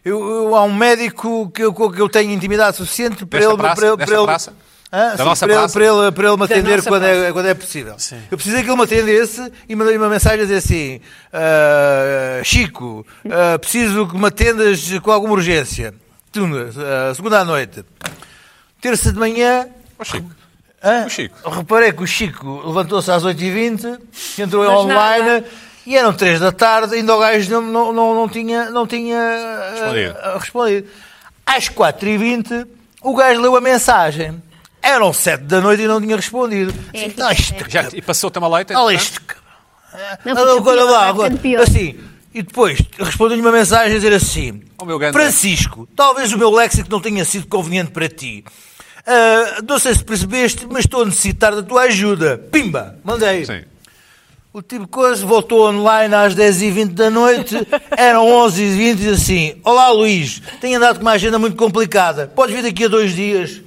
Speaker 5: Eu, eu- há um médico que eu, com que eu tenho intimidade suficiente para
Speaker 1: Desta
Speaker 5: ele.
Speaker 1: praça?
Speaker 5: para ele,
Speaker 1: Desta
Speaker 5: para ele-
Speaker 1: praça?
Speaker 5: Hã?
Speaker 1: Da
Speaker 5: Sim,
Speaker 1: nossa
Speaker 5: para, ele,
Speaker 1: praça?
Speaker 5: para, ele, para ele me
Speaker 4: Da
Speaker 5: atender
Speaker 4: nossa
Speaker 5: quando é,
Speaker 4: praça.
Speaker 5: quando é possível.
Speaker 2: Sim.
Speaker 5: Eu preciso é que ele me atendesse e mandei uma mensagem a dizer assim: "Ah, Chico, ah, preciso que me atendas com alguma urgência. Tuna, ah, segunda à noite. Terça de manhã,
Speaker 1: Ó, Chico,
Speaker 5: Hã?
Speaker 1: O Chico.
Speaker 5: Reparei que o Chico levantou-se às 8h20, entrou em
Speaker 4: Mas
Speaker 5: online
Speaker 4: nada.
Speaker 5: E eram três da tarde, ainda o gajo não, não, não, não tinha, não tinha ah,
Speaker 1: Respondido.
Speaker 5: ah, respondido. Às 4h20, o gajo leu a mensagem. Eram sete da noite e não tinha respondido. Assim, "Tá
Speaker 3: É,
Speaker 5: Não, isto-
Speaker 1: Já, e passou o Tamaleita?
Speaker 5: Olha isto. que-
Speaker 3: Não, fica
Speaker 5: Olha, olha
Speaker 3: pior,
Speaker 5: lá,
Speaker 3: vai
Speaker 5: agora,
Speaker 3: ficando pior.
Speaker 5: assim. E depois respondeu-lhe uma mensagem a dizer assim:
Speaker 1: Ó, Oh, meu ganda.
Speaker 5: Francisco, talvez o meu léxico não tenha sido conveniente para ti. Ah, não sei se percebeste, mas estou a necessitar da tua ajuda. Pimba! Mandei.
Speaker 1: Sim.
Speaker 5: O tipo coisa voltou online às 10h20 da noite,
Speaker 3: (laughs)
Speaker 5: eram 11h20 e diz assim: Olá Luís, tenho andado com uma agenda muito complicada, podes vir daqui a dois dias.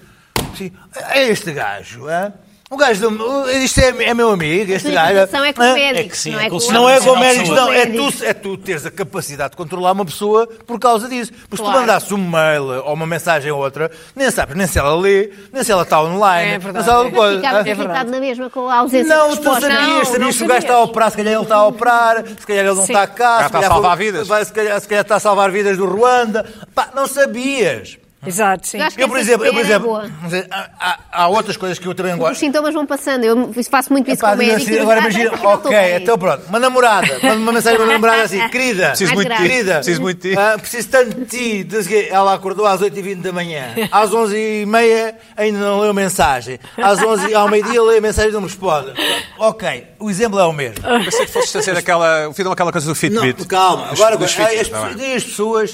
Speaker 5: Sim, é este gajo, é? Um gajo, do- isto é, é meu amigo, este
Speaker 3: A
Speaker 5: gajo.
Speaker 3: relação é com
Speaker 5: é?
Speaker 3: o médico.
Speaker 2: que sim,
Speaker 3: não
Speaker 2: é
Speaker 3: é
Speaker 2: com
Speaker 3: com
Speaker 2: o
Speaker 3: o
Speaker 5: Não é com
Speaker 3: outro.
Speaker 5: méritos,
Speaker 2: Não,
Speaker 5: não. É
Speaker 3: médico.
Speaker 5: tu, é tu teres a capacidade de controlar uma pessoa por causa disso. Porque se tu
Speaker 3: Claro.
Speaker 5: mandasses um mail ou uma mensagem ou outra, nem sabes nem se ela lê, nem se ela está online,
Speaker 4: É
Speaker 5: nem
Speaker 4: verdade.
Speaker 5: se ela alguma coisa.
Speaker 3: Ficavas
Speaker 5: é?
Speaker 3: irritado na mesma com a ausência
Speaker 5: Não,
Speaker 3: de
Speaker 5: tu sabias,
Speaker 3: resposta.
Speaker 5: sabias,
Speaker 4: Não, não
Speaker 5: se o gajo está a
Speaker 4: sabias.
Speaker 5: operar, se calhar ele está a operar, se calhar ele não
Speaker 4: Sim.
Speaker 5: está cá,
Speaker 1: Já está
Speaker 5: se
Speaker 1: a
Speaker 5: calhar,
Speaker 1: salvar
Speaker 5: foi-
Speaker 1: vidas.
Speaker 5: vai- se, calhar, se calhar está a salvar vidas do Ruanda. Pá, não sabias.
Speaker 4: Exato, sim.
Speaker 3: Eu acho que
Speaker 5: Eu, por
Speaker 3: essa
Speaker 5: exemplo, eu, por
Speaker 3: espera é
Speaker 5: exemplo
Speaker 3: boa.
Speaker 5: mas, há, há- há outras coisas que eu também
Speaker 3: Os
Speaker 5: gosto.
Speaker 3: sintomas vão passando. Eu faço muito isso
Speaker 5: Pá,
Speaker 3: com o
Speaker 5: diz
Speaker 3: médico.
Speaker 5: assim,
Speaker 3: e digo,
Speaker 5: agora
Speaker 3: "Ah,
Speaker 5: imagina,
Speaker 3: parece que não estou
Speaker 5: ok,
Speaker 3: bem."
Speaker 5: então pronto, uma namorada, manda uma mensagem para uma namorada assim,
Speaker 3: (laughs)
Speaker 5: querida,
Speaker 1: Preciso
Speaker 3: muito de ti.
Speaker 5: querida,
Speaker 1: Preciso muito de ti.
Speaker 5: ah, preciso tanto de ti, diz que ela acordou às 8h20 da manhã, às 11h30 ainda não leu mensagem, às 11 ao meio-dia lê a mensagem e não me responde. Ok, o exemplo é o mesmo.
Speaker 1: Pensei que fosse fazer aquela, fizeram aquela coisa do
Speaker 5: Não,
Speaker 1: Fitbit.
Speaker 5: calma, agora, é-
Speaker 1: Dos- dos
Speaker 5: agora,
Speaker 1: Fitbits,
Speaker 5: as,
Speaker 1: tá bem.
Speaker 5: pessoas- as pessoas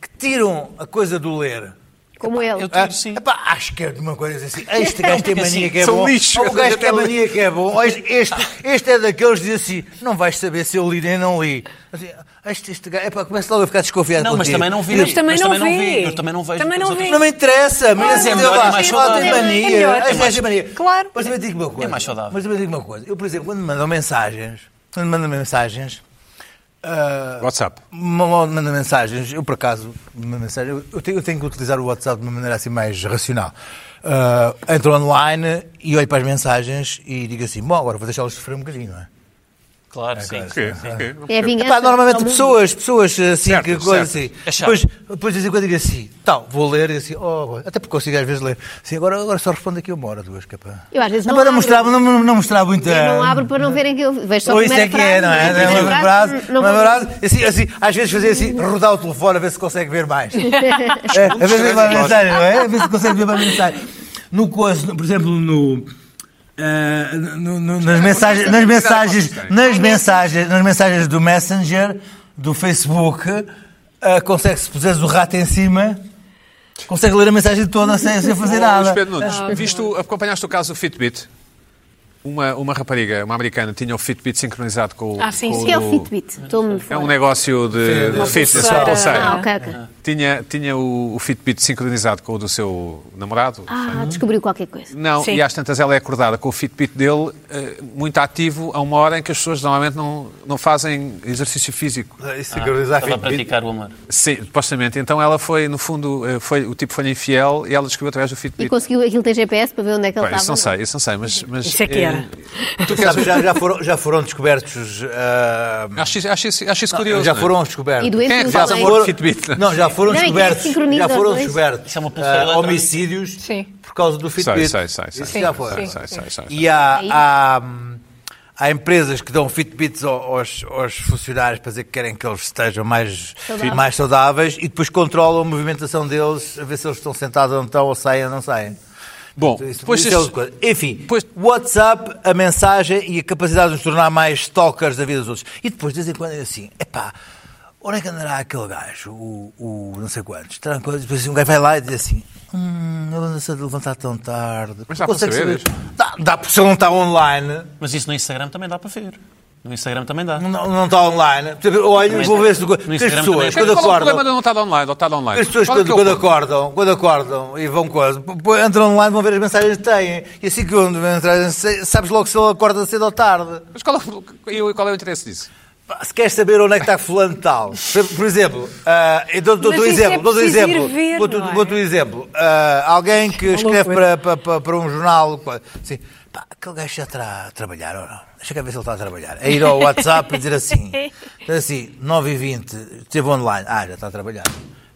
Speaker 5: que tiram a coisa do ler.
Speaker 3: Como ele.
Speaker 2: eu-
Speaker 5: Ah,
Speaker 2: Sim.
Speaker 5: epá, acho que é de uma coisa assim. Este gajo tem
Speaker 2: assim,
Speaker 5: mania que é
Speaker 1: são
Speaker 5: bom.
Speaker 1: lixos,
Speaker 5: Ou o
Speaker 1: eu
Speaker 5: gajo
Speaker 1: até
Speaker 5: tem
Speaker 1: li.
Speaker 5: mania que é bom. Ou Este, este- este é daqueles que diz assim: não vais saber se eu li nem não li. Assim, este, este gajo, epá, começa logo a ficar desconfiado.
Speaker 2: Não, mas
Speaker 5: contigo.
Speaker 2: também não vi.
Speaker 4: Mas também não vi.
Speaker 2: Eu também não vejo.
Speaker 4: Também
Speaker 2: mas
Speaker 4: não
Speaker 2: eu
Speaker 4: vi.
Speaker 5: Não me interessa,
Speaker 4: Ah,
Speaker 5: mas
Speaker 4: é
Speaker 5: é
Speaker 4: melhor,
Speaker 5: lá,
Speaker 2: é mais
Speaker 5: tem lá,
Speaker 2: saudável.
Speaker 5: tem mania.
Speaker 4: É melhor,
Speaker 5: Este
Speaker 4: é
Speaker 5: gajo tem mania.
Speaker 4: Claro.
Speaker 5: Mas também digo uma coisa.
Speaker 2: É mais saudável.
Speaker 5: Mas também digo uma coisa. Eu, por exemplo, quando me mandam mensagens, quando me mandam mensagens, ah,
Speaker 1: WhatsApp.
Speaker 5: Ma- manda mensagens. Eu, por acaso, uma mensagem. eu- Eu tenho, eu tenho que utilizar o WhatsApp de uma maneira assim mais racional. Ah, entro online e olho para as mensagens e digo assim: Bom, agora vou deixá-los sofrer um bocadinho, não é?
Speaker 2: Claro, sim.
Speaker 1: Quê? Quê?
Speaker 3: É a vingança.
Speaker 5: Epá, normalmente
Speaker 3: Ao mundo.
Speaker 5: pessoas, pessoas assim,
Speaker 1: Certo,
Speaker 5: que coisa
Speaker 1: certo.
Speaker 5: assim.
Speaker 2: É chato.
Speaker 5: depois, depois de vez em quando digo assim: Tal, vou ler e assim, oh, até porque consigo às vezes ler. Assim, agora, agora só respondo aqui uma hora, duas, capaz.
Speaker 3: Eu às vezes
Speaker 5: não,
Speaker 3: não
Speaker 5: para
Speaker 3: abro.
Speaker 5: mostrar, não, não, não mostrar muita.
Speaker 3: Eu não abro para não verem que eu vejo só a
Speaker 5: Ou isso é
Speaker 3: primeira
Speaker 5: que é, não é?
Speaker 3: frase,
Speaker 5: Não é
Speaker 3: a
Speaker 5: uma
Speaker 3: frase,
Speaker 5: frase,
Speaker 3: não
Speaker 5: não é uma
Speaker 3: vou-
Speaker 5: frase. Assim, assim, às vezes fazer assim, rodar o telefone a ver se consegue
Speaker 3: (laughs)
Speaker 5: ver mais. É, a ver se vê mais mensagem, não é? A ver se consegue ver mais mensagem. No coisa, no- por exemplo, no... ah, no- no- nas mensagens, nas mensagens, nas mensagens, nas mensagens do Messenger, do Facebook, ah, consegue se puseres o rato em cima, consegue ler a mensagem toda sem, sem fazer
Speaker 1: Ô, Luís
Speaker 5: nada.
Speaker 1: Pedro Nunes, viste o- acompanhaste o caso do Fitbit? Uma, uma rapariga, uma americana, tinha o Fitbit sincronizado com, o-
Speaker 4: Ah, sim,
Speaker 1: com
Speaker 3: O que é o
Speaker 1: do-
Speaker 3: Fitbit? Estou-me
Speaker 1: É um
Speaker 3: fora.
Speaker 1: negócio
Speaker 4: é
Speaker 1: de, de fitness,
Speaker 4: pulseira.
Speaker 1: uma pulseira.
Speaker 3: Ah, ok, ok.
Speaker 1: Tinha, tinha o, o Fitbit sincronizado com o do seu namorado.
Speaker 3: Ah, descobriu qualquer coisa.
Speaker 1: Não,
Speaker 4: Sim.
Speaker 1: e às tantas ela é acordada com o Fitbit dele eh, muito ativo a uma hora em que as pessoas normalmente não, não fazem exercício físico.
Speaker 2: Estava a praticar o amor.
Speaker 1: Sim, supostamente. Então ela foi, no fundo, eh, foi, o tipo foi infiel e ela descobriu através do
Speaker 3: E
Speaker 1: Fitbit.
Speaker 3: conseguiu aquilo tem GPS para ver onde é que ele
Speaker 1: Bem,
Speaker 3: estava.
Speaker 1: isso não sei, isso não sei, mas... mas
Speaker 4: Isso é que
Speaker 1: eh,
Speaker 4: era.
Speaker 1: Tu queres...
Speaker 5: Sabe, já, já foram, já foram descobertos... ah,
Speaker 1: acho, isso- acho, isso- acho isso curioso.
Speaker 5: Já
Speaker 1: não é?
Speaker 5: foram descobertos.
Speaker 3: E doentes
Speaker 1: Quem é que
Speaker 3: não
Speaker 1: faz
Speaker 3: sabem.
Speaker 1: amor de Fitbit?
Speaker 5: Não, já foram
Speaker 3: Não, é que
Speaker 5: descobertos.
Speaker 3: sincroniza
Speaker 5: Já
Speaker 3: os
Speaker 5: foram
Speaker 3: dois.
Speaker 5: descobertos.
Speaker 2: Isso é uma pulseira
Speaker 5: ah,
Speaker 2: eletrónica.
Speaker 5: homicídios
Speaker 4: Sim.
Speaker 5: por causa do
Speaker 1: Sei,
Speaker 5: Fitbit.
Speaker 1: sei, sei, sei,
Speaker 5: Isso
Speaker 1: sei,
Speaker 5: já
Speaker 1: sei,
Speaker 5: foi.
Speaker 1: sei, sei, sei, sei.
Speaker 5: E há, há, hum, há empresas que dão Fitbits ao- aos, aos funcionários para dizer que querem que eles estejam mais,
Speaker 3: Saudáveis.
Speaker 5: mais saudáveis e depois controlam a movimentação deles a ver se eles estão sentados ou não estão, ou saem ou não saem.
Speaker 1: Bom,
Speaker 5: Isso-
Speaker 1: depois
Speaker 5: isso é outra coisa. Enfim,
Speaker 1: Pois-
Speaker 5: WhatsApp, a mensagem e a capacidade de nos tornar mais stalkers da vida dos outros. E depois, de vez em quando, é assim: epá, onde é que andará aquele gajo? O, o não sei quantos. Terá coisa- Depois assim, um gajo vai lá e diz assim: hum, ele anda-se a levantar tão tarde.
Speaker 1: Mas dá para
Speaker 5: Consegue
Speaker 1: saber
Speaker 5: Dá, dá porque se ele não está online.
Speaker 2: Mas isso no Instagram também dá para ver. No Instagram também dá.
Speaker 5: Não, não está online. Por exemplo, Olha,
Speaker 2: Mas
Speaker 5: vou ver se.
Speaker 2: no
Speaker 5: Porque as
Speaker 2: Instagram
Speaker 5: pessoas,
Speaker 2: também
Speaker 5: quando
Speaker 2: é-
Speaker 1: Qual é o problema
Speaker 5: acordam.
Speaker 1: de não estar online ou estar online?
Speaker 5: As pessoas
Speaker 1: Qual é
Speaker 5: quando,
Speaker 1: que é o
Speaker 5: quando
Speaker 1: problema?
Speaker 5: acordam, quando acordam e vão coisa, p- p- entram online, vão ver as mensagens que têm. E assim que vão ver as mensagens, se- sabes logo se ele acorda cedo ou tarde.
Speaker 1: Mas qual é, o- e qual é o interesse disso?
Speaker 5: Pá, Se queres saber onde é que está fulano de tal, por, por exemplo, ah, eu dou- dou-te um
Speaker 4: Mas isso é
Speaker 5: exemplo, dou-te um
Speaker 4: preciso ir
Speaker 5: exemplo,
Speaker 4: ver,
Speaker 5: dou-te-
Speaker 4: não é?
Speaker 5: dou-te um exemplo. Ah, alguém que escreve para, para, para- para um jornal, pá, assim, pá, aquele gajo já está a trabalhar ou não? Deixa cá ver se ele está a trabalhar. É ir ao WhatsApp e dizer
Speaker 4: (laughs)
Speaker 5: assim, dizer assim, 9h20, esteve online, ah, já está a trabalhar.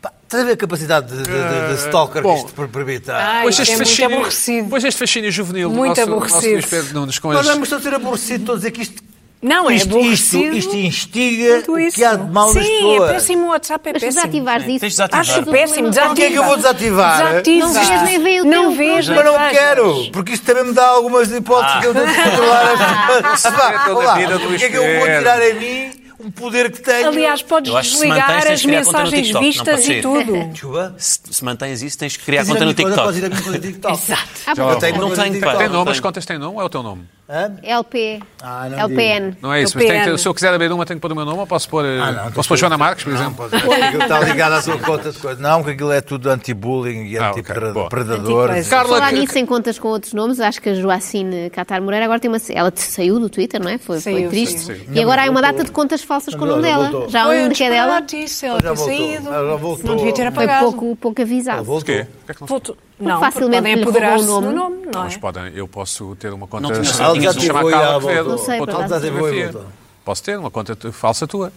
Speaker 5: Pá, Estás a ver a capacidade de, de- de- de stalker
Speaker 1: Bom.
Speaker 5: que isto per- permite?
Speaker 4: Ai,
Speaker 1: Pois
Speaker 4: isto é muito aborrecido.
Speaker 1: pois este fascínio juvenil do
Speaker 4: Muito
Speaker 1: nosso, nosso
Speaker 4: aborrecido.
Speaker 1: Luís Pedro Nunes com
Speaker 5: Nós
Speaker 1: as...
Speaker 5: vamos só ser aborrecidos todos aqui. Isto
Speaker 4: Não, é
Speaker 5: isto, isto,
Speaker 4: aborrecido.
Speaker 5: isto instiga
Speaker 4: Muito
Speaker 5: o
Speaker 4: isso.
Speaker 5: que há de mal
Speaker 4: Sim,
Speaker 5: nas
Speaker 4: é
Speaker 5: pessoas.
Speaker 4: péssimo o WhatsApp, é
Speaker 3: Mas se
Speaker 4: péssimo.
Speaker 3: desativares
Speaker 2: Tens de
Speaker 3: isso.
Speaker 2: desativar.
Speaker 3: acho que o
Speaker 4: Péssimo,
Speaker 3: problema
Speaker 4: desativar.
Speaker 5: O que é que eu vou desativar?
Speaker 4: Desativa.
Speaker 3: Não vejo, nem veio o
Speaker 4: Não
Speaker 3: teu.
Speaker 4: vejo,
Speaker 5: Mas não
Speaker 4: vejo.
Speaker 5: quero, porque isto também me dá algumas hipóteses que eu tenho
Speaker 1: (laughs)
Speaker 5: que controlar as pessoas.
Speaker 1: é toda a
Speaker 5: Olá,
Speaker 1: vida do
Speaker 5: porque é que eu vou
Speaker 1: Luís
Speaker 5: tirar a mim um poder que tenho?
Speaker 4: Aliás, podes
Speaker 2: Eu acho que se mantens,
Speaker 4: desligar
Speaker 2: tens
Speaker 4: as
Speaker 2: de criar conta no
Speaker 4: mensagens
Speaker 2: TikTok, não
Speaker 4: vistas
Speaker 2: pode
Speaker 4: e
Speaker 2: ser.
Speaker 4: tudo.
Speaker 5: Desculpa.
Speaker 2: Se, se mantens isso, tens de criar
Speaker 5: Podes ir
Speaker 2: conta
Speaker 5: a
Speaker 2: no
Speaker 5: mim, podes- podes
Speaker 2: TikTok.
Speaker 5: ir a mim com o TikTok.
Speaker 4: Exato.
Speaker 3: Ah,
Speaker 5: Eu tenho
Speaker 2: Não
Speaker 5: uma coisa
Speaker 2: tenho,
Speaker 5: de
Speaker 2: pá.
Speaker 1: Tem
Speaker 5: TikTok.
Speaker 1: nome, as
Speaker 2: tenho.
Speaker 1: contas têm nome ou é o teu nome?
Speaker 5: Hã?
Speaker 3: LP.
Speaker 5: Ah, não
Speaker 3: LPN.
Speaker 1: Não é isso, mas tem que,
Speaker 4: PN.
Speaker 1: se eu quiser abrir uma, tenho que pôr o meu nome ou posso pôr, eh,
Speaker 5: Ah, não,
Speaker 1: posso pôr Joana Marques, por exemplo?
Speaker 5: Pode- aquilo Está ligado à sua conta de coisa. Não, que aquilo é tudo anti-bullying e
Speaker 1: Ah, ok, boa.
Speaker 5: anti-predador.
Speaker 4: Anti-coisa.
Speaker 1: Carla,
Speaker 3: Falar
Speaker 1: que-
Speaker 3: nisso em contas com outros nomes, acho que a Joacine Catar Moreira agora tem uma. Ela te saiu do Twitter, não é? Foi, foi
Speaker 4: Saiu,
Speaker 3: triste.
Speaker 4: saiu.
Speaker 3: E agora há uma data de contas falsas com o nome
Speaker 5: Agora
Speaker 3: dela.
Speaker 5: voltou.
Speaker 3: Já há
Speaker 4: Foi
Speaker 3: um
Speaker 4: um
Speaker 3: que é dela.
Speaker 4: disparate, ela
Speaker 5: Já
Speaker 4: ter
Speaker 5: voltou.
Speaker 4: saído.
Speaker 5: Já voltou.
Speaker 4: Não devia ter
Speaker 3: foi
Speaker 4: apagado.
Speaker 3: pouco, pouco avisado.
Speaker 1: O quê? O que é que não se-
Speaker 4: Voltou. Não,
Speaker 3: Porque facilmente
Speaker 4: podem
Speaker 3: lhe roubou
Speaker 4: apoderar-se
Speaker 3: o nome.
Speaker 4: do nome, não
Speaker 1: Mas
Speaker 4: é?
Speaker 1: podem, eu posso ter uma
Speaker 2: Não
Speaker 1: conta
Speaker 2: tinha
Speaker 1: chamada
Speaker 2: saído.
Speaker 1: chamada
Speaker 5: Ele já
Speaker 1: Carla
Speaker 5: ativou e já
Speaker 1: Quevedo.
Speaker 5: voltou.
Speaker 3: Não sei,
Speaker 1: Conta de
Speaker 3: por acaso.
Speaker 1: fotografia.
Speaker 5: Já ativou e voltou.
Speaker 1: Posso ter uma conta t- falsa tua.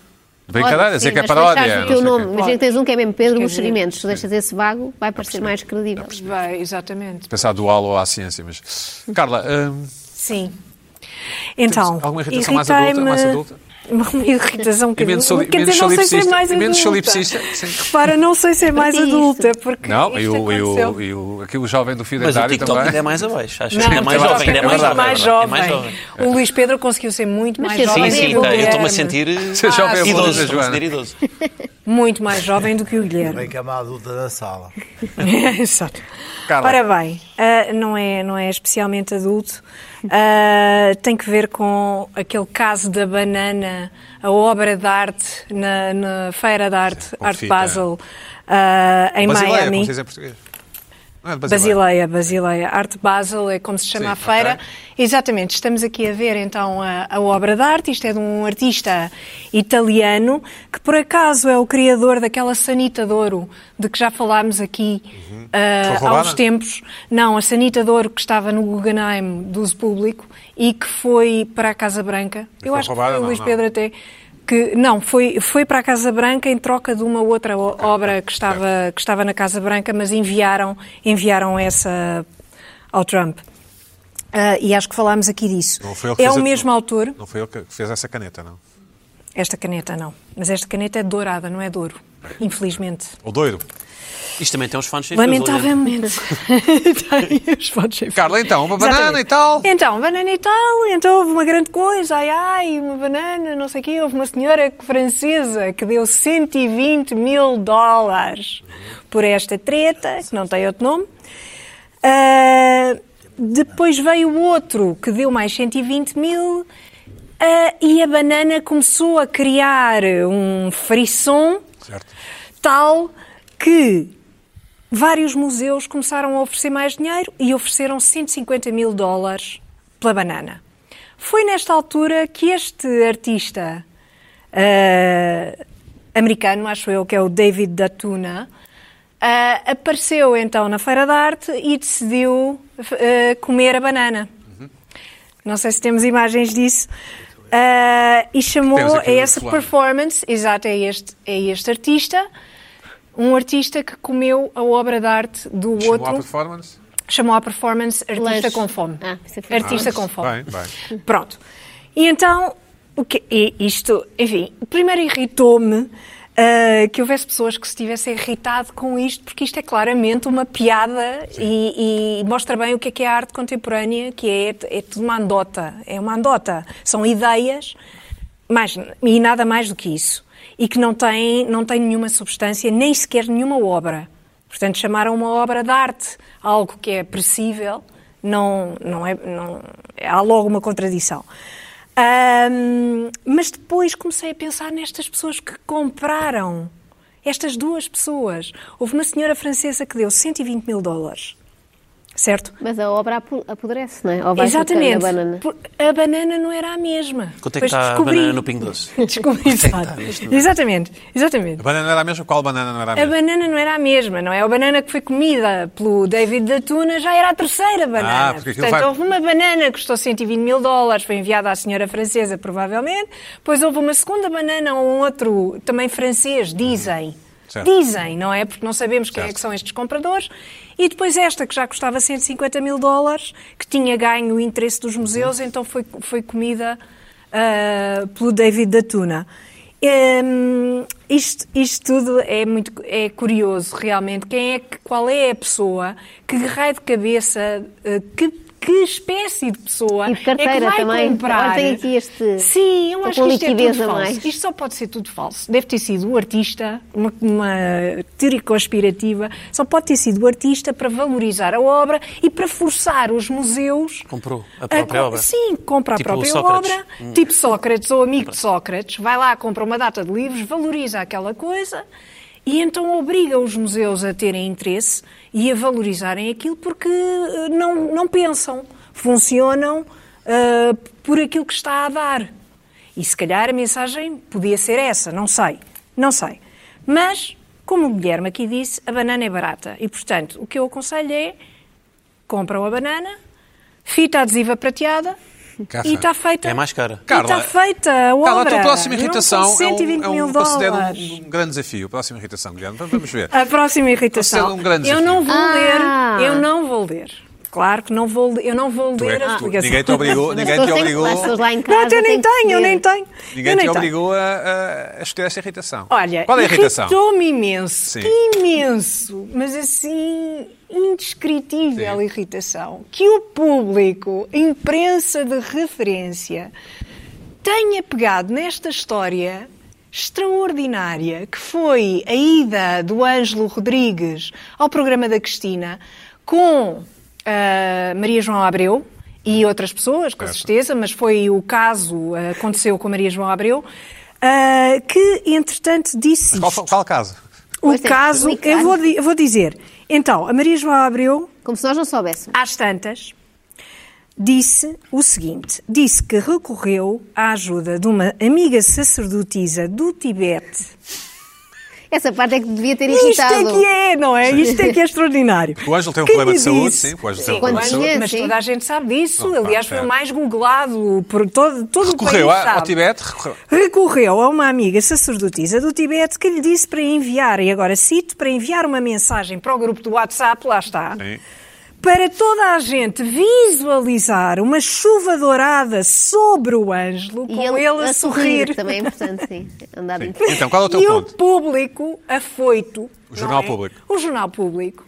Speaker 1: De Brincadeira,
Speaker 3: Pode,
Speaker 1: dizer
Speaker 3: sim,
Speaker 1: que é
Speaker 3: mas se
Speaker 1: paródia.
Speaker 3: deixares
Speaker 1: não
Speaker 3: o teu
Speaker 1: sei o
Speaker 3: nome,
Speaker 1: quê.
Speaker 3: imagina que tens um que é mesmo Pedro
Speaker 4: Quer
Speaker 3: Buxerimentos. Se deixas esse vago, vai parecer mais credível.
Speaker 4: Vai, exatamente.
Speaker 1: Pensar dual ou à ciência, mas... Carla, hum,
Speaker 4: Sim. Então,
Speaker 1: alguma irritação mais adulta,
Speaker 4: irritei-me-
Speaker 1: mais adulta?
Speaker 4: (laughs) Uma irritação que
Speaker 1: menos soli-
Speaker 4: Quer
Speaker 1: menos
Speaker 4: dizer, não sei ser
Speaker 1: solipsista.
Speaker 4: mais
Speaker 1: E
Speaker 4: adulta.
Speaker 1: menos solipsista, sim.
Speaker 4: Repara, não sei ser mais
Speaker 3: Isto.
Speaker 4: adulta, porque
Speaker 1: Não, e
Speaker 4: isto
Speaker 1: o, e o-
Speaker 4: aconteceu.
Speaker 1: e o- aqui o jovem do fio
Speaker 2: Mas o
Speaker 1: dentário
Speaker 2: TikTok
Speaker 1: também.
Speaker 2: ainda é mais abaixo. Acho que
Speaker 4: Não,
Speaker 2: ainda é mais
Speaker 4: o
Speaker 2: jovem.
Speaker 4: TikTok
Speaker 2: Ainda é mais
Speaker 4: muito
Speaker 2: jovem.
Speaker 4: mais
Speaker 2: é mais
Speaker 4: jovem.
Speaker 2: jovem.
Speaker 4: O Luís Pedro conseguiu ser muito
Speaker 3: Mas
Speaker 4: mais
Speaker 3: ser
Speaker 4: jovem.
Speaker 2: Sim,
Speaker 3: Jovem
Speaker 2: sim,
Speaker 4: do que o
Speaker 2: tá, eu estou-me
Speaker 4: Guilherme.
Speaker 2: a sentir
Speaker 1: (laughs)
Speaker 2: eh,
Speaker 1: Você já ouviu a voz
Speaker 2: idoso.
Speaker 1: da
Speaker 2: Estou-me a
Speaker 1: Joana?
Speaker 2: sentir idoso.
Speaker 4: Muito mais jovem do que o Guilherme.
Speaker 5: Vem cá uma adulta na sala.
Speaker 4: (laughs) Exato.
Speaker 1: Carla.
Speaker 4: Ora bem, ah, não, é, não é especialmente adulto. Ah, tem que ver com aquele caso da banana, a obra de arte na, na Feira de Arte,
Speaker 1: com
Speaker 4: Arte
Speaker 1: fita.
Speaker 4: Basel, ah,
Speaker 2: é
Speaker 4: em
Speaker 1: Basileia, como
Speaker 4: Miami.
Speaker 1: se diz em português. Não é de
Speaker 4: Basileia, Basileia. Arte Basel é como se chama
Speaker 1: Sim,
Speaker 4: a feira.
Speaker 1: ok.
Speaker 4: Exatamente, estamos aqui a ver então a, a obra de arte. Isto é de um artista italiano que por acaso é o criador daquela Sanita de Ouro de que já falámos aqui ah,
Speaker 1: Uhum. Foi
Speaker 4: há
Speaker 1: roubada?
Speaker 4: uns tempos. Não, a Sanita de Ouro que estava no Guggenheim de uso público e que foi para a Casa Branca.
Speaker 1: E
Speaker 4: Eu
Speaker 1: foi
Speaker 4: acho
Speaker 1: roubada?
Speaker 4: que foi
Speaker 1: Não,
Speaker 4: o Luís
Speaker 1: não.
Speaker 4: Pedro até. Que, não, foi, foi para a Casa Branca em troca de uma outra o- obra que estava, que estava na Casa Branca, mas enviaram, enviaram essa ao Trump. Ah, e acho que falámos aqui disso.
Speaker 1: Não foi ele que
Speaker 4: É
Speaker 1: fez
Speaker 4: o
Speaker 1: a-
Speaker 4: mesmo autor.
Speaker 1: Não foi ele que fez essa caneta, não?
Speaker 4: Esta caneta não. Mas esta caneta é dourada, não é de ouro. Infelizmente.
Speaker 1: O doiro.
Speaker 2: Isto também tem uns fãs sem
Speaker 4: então Lamentavelmente. Tem os fotos sem
Speaker 1: Carla, então, uma banana
Speaker 4: Exatamente.
Speaker 1: e tal.
Speaker 4: Então, banana e tal, então houve uma grande coisa, ai ai, uma banana, não sei o quê. Houve uma senhora francesa que deu 120 mil dólares por esta treta, que não tem outro nome. Ah, depois veio outro que deu mais 120 mil ah, e a banana começou a criar um frisson
Speaker 1: Certo.
Speaker 4: tal que vários museus começaram a oferecer mais dinheiro e ofereceram 150 mil dólares pela banana. Foi nesta altura que este artista ah, americano, acho eu, que é o David Datuna, ah, apareceu então na Feira da Arte e decidiu ah, comer a banana. Não sei se temos imagens disso. Ah, e
Speaker 1: Temos
Speaker 4: chamou a
Speaker 1: aqui o
Speaker 4: essa
Speaker 1: fulano.
Speaker 4: performance, exato, é este, é este artista, um artista que comeu a obra de arte do
Speaker 1: Chamou à
Speaker 4: outro,
Speaker 1: performance.
Speaker 4: chamou à performance artista
Speaker 3: Lanche.
Speaker 4: com fome.
Speaker 3: Ah, isso é fixe.
Speaker 4: artista
Speaker 1: Ah,
Speaker 4: com
Speaker 1: Bem,
Speaker 4: fome.
Speaker 1: bem.
Speaker 4: Pronto. E então, o que, e isto, enfim, primeiro irritou-me ah, que houvesse pessoas que se tivessem irritado com isto, porque isto é claramente uma piada e, e mostra bem o que é que é a arte contemporânea, que é, é tudo uma andota. É uma andota. São ideias mais, e nada mais do que isso. E que não tem, não tem nenhuma substância, nem sequer nenhuma obra. Portanto, chamaram uma obra de arte algo que é apreciável, não, não é, não, há logo uma contradição. Ahm, mas depois comecei a pensar nestas pessoas que compraram, estas duas pessoas. Houve uma senhora francesa que deu 120 mil dólares, certo?
Speaker 3: Mas a obra apu- apodrece, não é? Ou vai ficando
Speaker 4: Exatamente.
Speaker 3: na banana.
Speaker 4: Por- A banana não era a mesma.
Speaker 2: Quanto é que
Speaker 4: Depois
Speaker 2: está a
Speaker 4: descobri.
Speaker 2: banana no Pingo Doce?
Speaker 4: (laughs) Descobri, exato. Exatamente, exatamente.
Speaker 1: A banana era a mesma? Qual banana não era a
Speaker 4: A
Speaker 1: mesma?
Speaker 4: banana não era a mesma, não é? A banana que foi comida pelo David da Tuna já era a terceira banana.
Speaker 1: Ah, porque aquilo
Speaker 4: Portanto,
Speaker 1: vai-
Speaker 4: houve uma banana que custou 120 mil dólares, foi enviada à senhora francesa, provavelmente. Depois houve uma segunda banana a um outro, também francês, dizem.
Speaker 1: Uhum. Certo.
Speaker 4: Dizem, não é? Porque não sabemos quem é
Speaker 1: Certo.
Speaker 4: que são estes compradores. E depois esta, que já custava 150 mil dólares, que tinha ganho o interesse dos museus, então foi, foi comida ah, ah, pelo David da Tuna. Hum, isto, isto tudo é muito é curioso, realmente. Quem é, que- qual é a pessoa que raio de cabeça, ah, que, que espécie de pessoa
Speaker 3: E de carteira
Speaker 4: é que vai
Speaker 3: também.
Speaker 4: comprar?
Speaker 3: Olha, tem aqui este-
Speaker 4: Sim, eu
Speaker 3: Estou
Speaker 4: acho
Speaker 3: com
Speaker 4: que isto é
Speaker 3: liquidez
Speaker 4: tudo
Speaker 3: a
Speaker 4: falso.
Speaker 3: mais.
Speaker 4: Isto só pode ser tudo falso. Deve ter sido o artista, uma, uma teoria conspirativa, só pode ter sido o artista para valorizar a obra e para forçar os museus...
Speaker 2: Comprou a própria
Speaker 4: co-
Speaker 2: obra.
Speaker 4: Sim, compra
Speaker 2: Tipo
Speaker 4: a própria
Speaker 2: Sócrates.
Speaker 4: obra, tipo Sócrates ou amigo de Sócrates, vai lá, compra uma data de livros, valoriza aquela coisa e então obriga os museus a terem interesse e a valorizarem aquilo porque eh, não, não pensam, funcionam eh, por aquilo que está a dar. E se calhar a mensagem podia ser essa, não sei, não sei. Mas, como o Guilherme aqui disse, a banana é barata e, portanto, o que eu aconselho é compram a banana, fita adesiva prateada
Speaker 1: Cá
Speaker 4: e
Speaker 1: está.
Speaker 4: está feita.
Speaker 2: É mais cara.
Speaker 4: E está
Speaker 1: Carla,
Speaker 4: feita a obra.
Speaker 1: Carla, a tua próxima
Speaker 4: Não
Speaker 1: irritação
Speaker 4: são 120
Speaker 1: é um, é
Speaker 4: mil
Speaker 1: um, considero
Speaker 4: dólares. Ah,
Speaker 1: um, um grande desafio. Próxima irritação, Guilherme. Vamos- Vamos ver.
Speaker 4: A próxima irritação.
Speaker 1: Considero um grande
Speaker 4: eu
Speaker 1: desafio.
Speaker 4: não vou
Speaker 3: Ah.
Speaker 4: ler. Eu não vou ler. Claro que não vou. Eu não vou
Speaker 1: Tu é
Speaker 4: ler
Speaker 1: que
Speaker 4: a
Speaker 1: tu-
Speaker 4: explicação.
Speaker 1: ninguém te obrigou,
Speaker 3: Mas
Speaker 1: ninguém
Speaker 3: eu
Speaker 1: te
Speaker 3: tenho
Speaker 1: obrigou,
Speaker 3: classes lá em
Speaker 4: Não,
Speaker 3: casa,
Speaker 4: eu nem tenho, eu nem tenho.
Speaker 1: ninguém
Speaker 4: eu nem
Speaker 1: te
Speaker 4: tenho.
Speaker 1: obrigou a, a- a escolher essa irritação.
Speaker 4: então. Olha,
Speaker 1: Qual é a irritação?
Speaker 4: irritou-me imenso,
Speaker 1: Sim.
Speaker 4: imenso, mas assim, indescritível
Speaker 1: Sim.
Speaker 4: irritação. Que o público, a imprensa de referência, tenha pegado nesta história extraordinária que foi a ida do Ângelo Rodrigues ao programa da Cristina com ah, Maria João Abreu e outras pessoas, com
Speaker 1: Certo.
Speaker 4: certeza, mas foi o caso, ah, aconteceu com Maria João Abreu, ah, que entretanto disse
Speaker 1: Qual,
Speaker 4: isto.
Speaker 1: qual caso?
Speaker 4: o
Speaker 3: Pois é,
Speaker 4: caso,
Speaker 3: explicar.
Speaker 4: eu vou, di- eu vou dizer, então, a Maria João Abreu
Speaker 3: Como se nós não soubéssemos.
Speaker 4: às tantas, disse o seguinte: disse que recorreu à ajuda de uma amiga sacerdotisa do Tibete.
Speaker 3: Essa parte é que devia ter
Speaker 4: Isto é
Speaker 3: irritado.
Speaker 4: que é, não é? Isto é que é extraordinário.
Speaker 1: O Ângelo tem um
Speaker 4: Quem
Speaker 1: problema de
Speaker 4: lhe
Speaker 1: saúde,
Speaker 4: disse-
Speaker 1: sim, o Ângelo tem um
Speaker 4: Sim,
Speaker 1: problema
Speaker 4: o
Speaker 1: de
Speaker 4: Ângelo-
Speaker 3: saúde.
Speaker 4: Mas
Speaker 3: Sim.
Speaker 4: toda a gente sabe disso.
Speaker 1: Não,
Speaker 4: Aliás,
Speaker 1: pá,
Speaker 4: foi
Speaker 1: é.
Speaker 4: o mais googlado por todo, todo
Speaker 1: Recorreu
Speaker 4: o
Speaker 1: a-
Speaker 4: país.
Speaker 1: ao
Speaker 4: sabe.
Speaker 1: Tibete? Recorreu.
Speaker 4: Recorreu a uma amiga sacerdotisa do Tibete que lhe disse para enviar, e agora cito, para enviar uma mensagem para o grupo do WhatsApp, lá está,
Speaker 1: Sim.
Speaker 4: para toda a gente visualizar uma chuva dourada sobre o Ângelo, com ele, a, sorrir.
Speaker 3: Também é importante, sim. Andar
Speaker 1: Sim.
Speaker 3: de
Speaker 1: Então, qual é o teu
Speaker 4: e
Speaker 1: ponto?
Speaker 4: o público afoito.
Speaker 1: O jornal
Speaker 4: não é?
Speaker 1: público.
Speaker 4: O jornal público,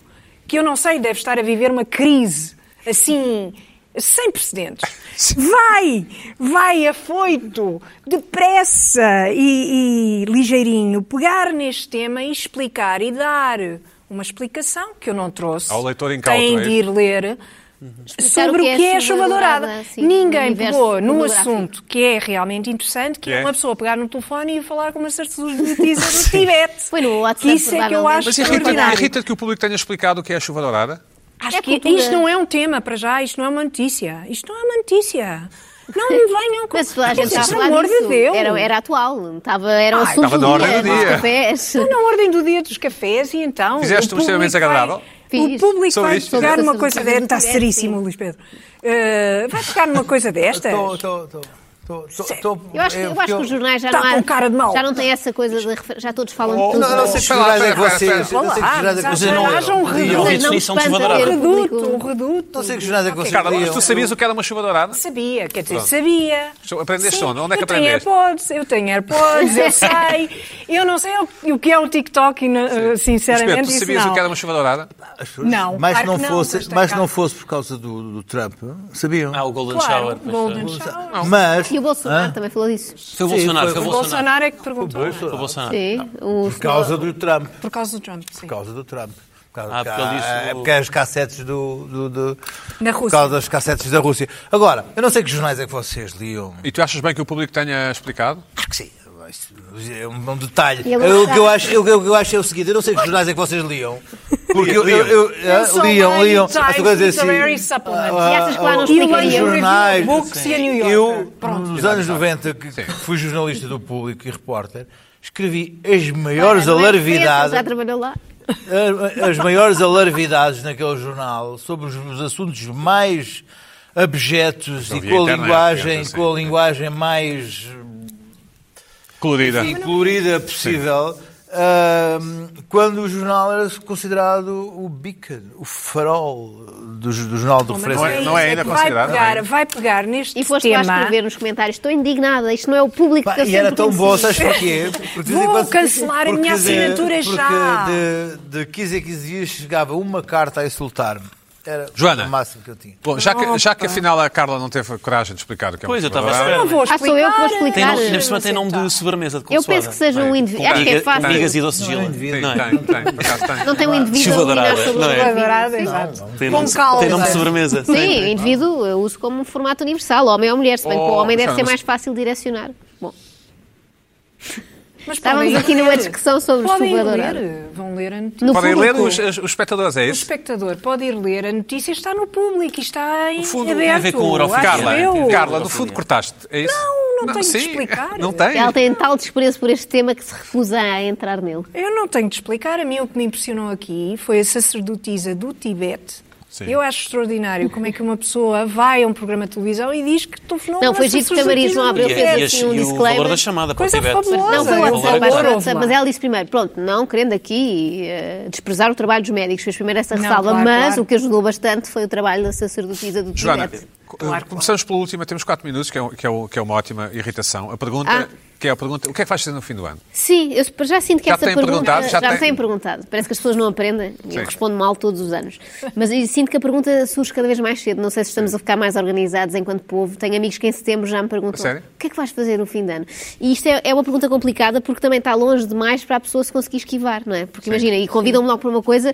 Speaker 4: que eu não sei, deve estar a viver uma crise assim. Sem
Speaker 1: (laughs)
Speaker 4: precedentes. Vai, vai afoito, depressa e, e ligeirinho pegar neste tema e explicar e dar uma explicação que eu não trouxe.
Speaker 1: Ao leitor incauto,
Speaker 4: Tem
Speaker 1: é
Speaker 4: de
Speaker 1: isso?
Speaker 4: ir ler sobre o que é a chuva dourada.
Speaker 3: sim, no
Speaker 4: Ninguém
Speaker 3: universo
Speaker 4: pegou no
Speaker 3: pornográfico.
Speaker 4: assunto que é realmente interessante, que
Speaker 1: Que é?
Speaker 4: é uma pessoa pegar no telefone e falar com uma sacerdotisa
Speaker 1: (laughs)
Speaker 4: do Tibete.
Speaker 3: Foi no WhatsApp,
Speaker 4: Que Isso é que eu
Speaker 3: provavelmente.
Speaker 4: acho
Speaker 1: Mas irrita-
Speaker 4: extraordinário.
Speaker 1: irrita-te que o público tenha explicado o que é a chuva dourada?
Speaker 4: Acho
Speaker 3: É
Speaker 4: que
Speaker 3: cultura.
Speaker 4: isto não é um tema para já, isto não é uma notícia. Isto não é uma notícia. Não me venham com...
Speaker 3: Mas toda a gente
Speaker 4: Quer
Speaker 3: já
Speaker 4: dizer,
Speaker 3: falava
Speaker 4: Por amor
Speaker 3: disso.
Speaker 4: de Deus.
Speaker 3: Era, era atual. Estava, era o
Speaker 4: Ah,
Speaker 3: assunto
Speaker 1: estava na
Speaker 3: do
Speaker 1: ordem
Speaker 3: dia,
Speaker 1: do
Speaker 3: dos
Speaker 1: dia.
Speaker 3: cafés.
Speaker 4: Estou na ordem do dia dos cafés e então.
Speaker 1: Fizeste um
Speaker 4: o público
Speaker 1: extremamente
Speaker 4: vai-
Speaker 1: agradável?
Speaker 3: Fiz.
Speaker 4: O público
Speaker 1: Sobre
Speaker 4: vai
Speaker 1: isto,
Speaker 4: pegar
Speaker 3: fizeste?
Speaker 4: numa coisa
Speaker 3: Sobre
Speaker 4: desta. Está
Speaker 3: sobre
Speaker 4: seríssimo,
Speaker 3: sim.
Speaker 4: Luís Pedro. Uh, vai pegar
Speaker 1: (laughs)
Speaker 4: numa coisa destas?
Speaker 5: Estou- estou- estou- estou- estou- estou-
Speaker 3: Eu acho, que- eu
Speaker 5: é,
Speaker 3: acho
Speaker 5: porque
Speaker 3: que os jornais já
Speaker 4: Tá
Speaker 3: não, há-
Speaker 4: com cara de mau.
Speaker 3: já não têm essa coisa de refer- já todos falam de
Speaker 5: Oh,
Speaker 3: tudo.
Speaker 5: não, não sei que
Speaker 1: Espera lá,
Speaker 5: jornais é que
Speaker 1: espera, espera,
Speaker 5: vocês.
Speaker 1: espera.
Speaker 5: Eu não sei que
Speaker 4: Olá,
Speaker 5: jornais é que
Speaker 4: já-
Speaker 5: vocês
Speaker 4: já
Speaker 5: não
Speaker 4: haja um
Speaker 5: liam.
Speaker 2: reduto.
Speaker 3: Mas não
Speaker 2: definição de
Speaker 3: espanta
Speaker 2: chuva
Speaker 4: Um
Speaker 2: dourada.
Speaker 3: ver o
Speaker 4: reduto, um
Speaker 3: público.
Speaker 4: reduto.
Speaker 5: Não sei que jornais é que vocês
Speaker 1: Carla, mas
Speaker 5: liam.
Speaker 1: tu sabias o que era uma chuva dourada?
Speaker 4: Sabia, quer dizer,
Speaker 1: Pronto.
Speaker 4: sabia.
Speaker 1: So- aprendeste onde? Onde é que
Speaker 4: eu tenho
Speaker 1: aprendeste?
Speaker 4: AirPods, eu tenho AirPods, eu sei. Eu não sei o, o que é o TikTok, e não-
Speaker 1: Espera,
Speaker 4: sinceramente,
Speaker 1: tu
Speaker 4: isso
Speaker 1: sabias
Speaker 4: não.
Speaker 1: o que era uma chuva dourada?
Speaker 4: Não,
Speaker 5: Mas
Speaker 4: claro
Speaker 5: não
Speaker 4: que não,
Speaker 5: fosse,
Speaker 4: Costa
Speaker 5: mas
Speaker 4: Calma.
Speaker 5: não fosse por causa do, do Trump, sabiam?
Speaker 2: Ah, o Golden
Speaker 4: Claro,
Speaker 2: Shower. pois, eh,
Speaker 4: Golden
Speaker 2: é.
Speaker 4: Shower.
Speaker 5: Mas
Speaker 3: E o Bolsonaro
Speaker 5: Hã?
Speaker 3: também falou disso.
Speaker 2: Foi o Bolsonaro, foi o
Speaker 5: foi o
Speaker 2: Bolsonaro.
Speaker 4: Bolsonaro é que perguntou. não é?
Speaker 2: Foi o Bolsonaro.
Speaker 3: Sim. O
Speaker 5: por causa do Trump,
Speaker 4: Por causa do Trump, sim.
Speaker 5: por causa do Trump. Por causa
Speaker 2: Ah, porque ele disse
Speaker 5: é
Speaker 2: o-
Speaker 5: porque as cassetes do, do, do-
Speaker 4: Na
Speaker 5: Por
Speaker 4: Rússia.
Speaker 5: causa das cassetes da Rússia. Agora, eu não sei que jornais é que vocês liam.
Speaker 1: E tu achas bem que o público tenha explicado?
Speaker 5: Acho que sim. Isso É um, um detalhe.
Speaker 3: E ele
Speaker 5: Eu- o,
Speaker 3: sabe.
Speaker 5: que eu acho, eu- eu- o que eu acho é o seguinte: eu não sei que jornais é que vocês
Speaker 2: (laughs)
Speaker 5: liam. Porque eu, eu, eu,
Speaker 4: Eu sou
Speaker 5: liam,
Speaker 4: Lion
Speaker 5: liam.
Speaker 4: Times
Speaker 5: Eh, Essa coisa
Speaker 4: Literary
Speaker 5: assim.
Speaker 4: Supplement.
Speaker 3: E achas que lá não
Speaker 4: E o Anjo
Speaker 3: explicariam?
Speaker 4: Review
Speaker 5: jornais,
Speaker 4: Books e a New Yorker.
Speaker 5: Eu,
Speaker 4: Pronto.
Speaker 5: nos anos 90, que que fui jornalista do público e repórter, escrevi as
Speaker 4: Ah,
Speaker 5: maiores
Speaker 4: é
Speaker 5: alarvidades.
Speaker 3: Já trabalhou lá.
Speaker 5: as as maiores alarvidades naquele jornal sobre os, os assuntos mais abjetos
Speaker 1: Não
Speaker 5: e
Speaker 1: havia
Speaker 5: com a
Speaker 1: internet,
Speaker 5: linguagem,
Speaker 1: digamos assim.
Speaker 5: com a linguagem mais
Speaker 1: Colorida.
Speaker 5: colorida possível. Ahm, quando o jornal era considerado o beacon, o farol do, jo- do jornal de
Speaker 4: Mas
Speaker 5: referência.
Speaker 1: é
Speaker 4: isso,
Speaker 1: não é ainda
Speaker 4: que
Speaker 1: considerado,
Speaker 4: Vai pegar,
Speaker 1: não é?
Speaker 4: vai pegar neste
Speaker 3: E foste lá
Speaker 4: tema.
Speaker 3: escrever nos comentários, estou indignada, isto não é o público
Speaker 5: Pá,
Speaker 3: que eu
Speaker 5: e era
Speaker 3: sempre
Speaker 5: tão
Speaker 3: conheci."
Speaker 5: bom, sabes
Speaker 3: (laughs)
Speaker 5: porquê? Porque de vez em
Speaker 4: Vou cancelar a minha
Speaker 5: porque de-
Speaker 4: assinatura
Speaker 5: porque
Speaker 4: já.
Speaker 5: De, de 15 a 15 dias chegava uma carta a insultar-me. Era
Speaker 1: Joana.
Speaker 5: o máximo que eu tinha.
Speaker 1: Bom, já que, já que afinal a Carla não teve a coragem de explicar o que é um
Speaker 2: Pois, eu estava a
Speaker 1: observador,
Speaker 2: esperar.
Speaker 4: Não vou tá.
Speaker 3: Ah,
Speaker 4: explicar.
Speaker 3: sou eu que vou explicar.
Speaker 2: Tem nome, ainda por
Speaker 4: Não
Speaker 2: cima tem nome de sobremesa de
Speaker 3: Eu
Speaker 2: consoada.
Speaker 3: penso que seja um
Speaker 1: Bem,
Speaker 3: indivíduo.
Speaker 1: com
Speaker 3: Acho que é
Speaker 2: Amiga-
Speaker 3: fácil.
Speaker 2: Amigas e doces de
Speaker 5: Não é
Speaker 2: gelo.
Speaker 5: indivíduo.
Speaker 2: Não é?
Speaker 1: Tem, tem, por acaso tem.
Speaker 3: Não tem um
Speaker 2: Chuva
Speaker 3: indivíduo a opinar
Speaker 2: dourada, não
Speaker 3: sobre os
Speaker 2: é?
Speaker 3: indivíduos.
Speaker 4: Adorada, exato.
Speaker 2: Tem
Speaker 4: Com
Speaker 2: nome,
Speaker 4: calma.
Speaker 2: tem nome de sobremesa.
Speaker 3: Sim, o indivíduo eu uso como um formato universal, homem ou mulher, se bem que
Speaker 1: Oh,
Speaker 3: o homem deve
Speaker 1: Sara,
Speaker 3: ser
Speaker 1: mas-
Speaker 3: mais fácil direcionar. Bom,
Speaker 4: Mas
Speaker 3: Estávamos
Speaker 4: podem
Speaker 3: aqui numa
Speaker 4: ler.
Speaker 3: discussão sobre
Speaker 4: podem
Speaker 3: chuva
Speaker 4: ler,
Speaker 3: dourada.
Speaker 4: vão ler a notícia.
Speaker 3: no
Speaker 1: Podem ler
Speaker 3: público,
Speaker 1: os, os- os espectadores, é
Speaker 4: O
Speaker 1: isso?
Speaker 4: espectador pode ir ler a notícia, está no público, e está em
Speaker 2: No fundo, tem
Speaker 4: aberto.
Speaker 2: a ver com o Eurofonia.
Speaker 4: acho
Speaker 1: Carla,
Speaker 4: eu.
Speaker 1: Carla, no fundo cortaste, é isso?
Speaker 4: Não, não tenho de
Speaker 1: sim,
Speaker 4: explicar.
Speaker 1: Não tem?
Speaker 3: ela tem tal desprezo por este tema que se refusa a entrar nele.
Speaker 4: Eu não tenho de explicar. A mim o que me impressionou aqui foi a sacerdotisa do Tibete.
Speaker 1: Sim.
Speaker 4: Eu acho extraordinário como é que uma pessoa vai a um programa de televisão e diz que tornou
Speaker 3: Não, foi giro porque a Maria João Abreu
Speaker 2: E-
Speaker 3: fez
Speaker 2: e,
Speaker 3: assim um
Speaker 2: e o valor
Speaker 3: disclaimer.
Speaker 2: da chamada para o
Speaker 4: Coisa
Speaker 2: Tibete.
Speaker 4: fabulosa.
Speaker 3: Não, foi
Speaker 4: Sim,
Speaker 3: o WhatsApp,
Speaker 4: valor
Speaker 3: acho que
Speaker 4: houve
Speaker 3: foi o WhatsApp,
Speaker 4: lá.
Speaker 3: mas ela disse primeiro, pronto, não querendo aqui eh, desprezar o trabalho dos médicos, fez primeiro essa
Speaker 4: Não,
Speaker 3: ressalva,
Speaker 4: claro,
Speaker 3: mas
Speaker 4: claro.
Speaker 3: o que ajudou bastante foi o trabalho da sacerdotisa do
Speaker 1: Joana,
Speaker 3: Tibete.
Speaker 1: co- eh, começamos pela última, temos 4 minutos, que é, um- que, é, o- que é uma ótima irritação. A pergunta,
Speaker 3: Ah. Então,
Speaker 1: que é a pergunta, o que é que vais fazer no fim do ano?
Speaker 3: Sim, eu já sinto que
Speaker 1: Já
Speaker 3: essa
Speaker 1: têm
Speaker 3: pergunta
Speaker 1: perguntado, já
Speaker 3: me
Speaker 1: têm-
Speaker 3: têm perguntado. Parece que as pessoas não aprendem.
Speaker 1: Sim.
Speaker 3: Eu respondo mal todos os anos. Mas eu sinto que a pergunta surge cada vez mais cedo. Não sei se estamos a ficar mais organizados enquanto povo. Tenho amigos que em setembro já me perguntam
Speaker 1: A sério?
Speaker 3: o que é que vais fazer no fim de ano? E isto é, é uma pergunta complicada porque também está longe demais para a pessoa se conseguir esquivar, não é? Porque imagina, e convidam-me logo para uma coisa,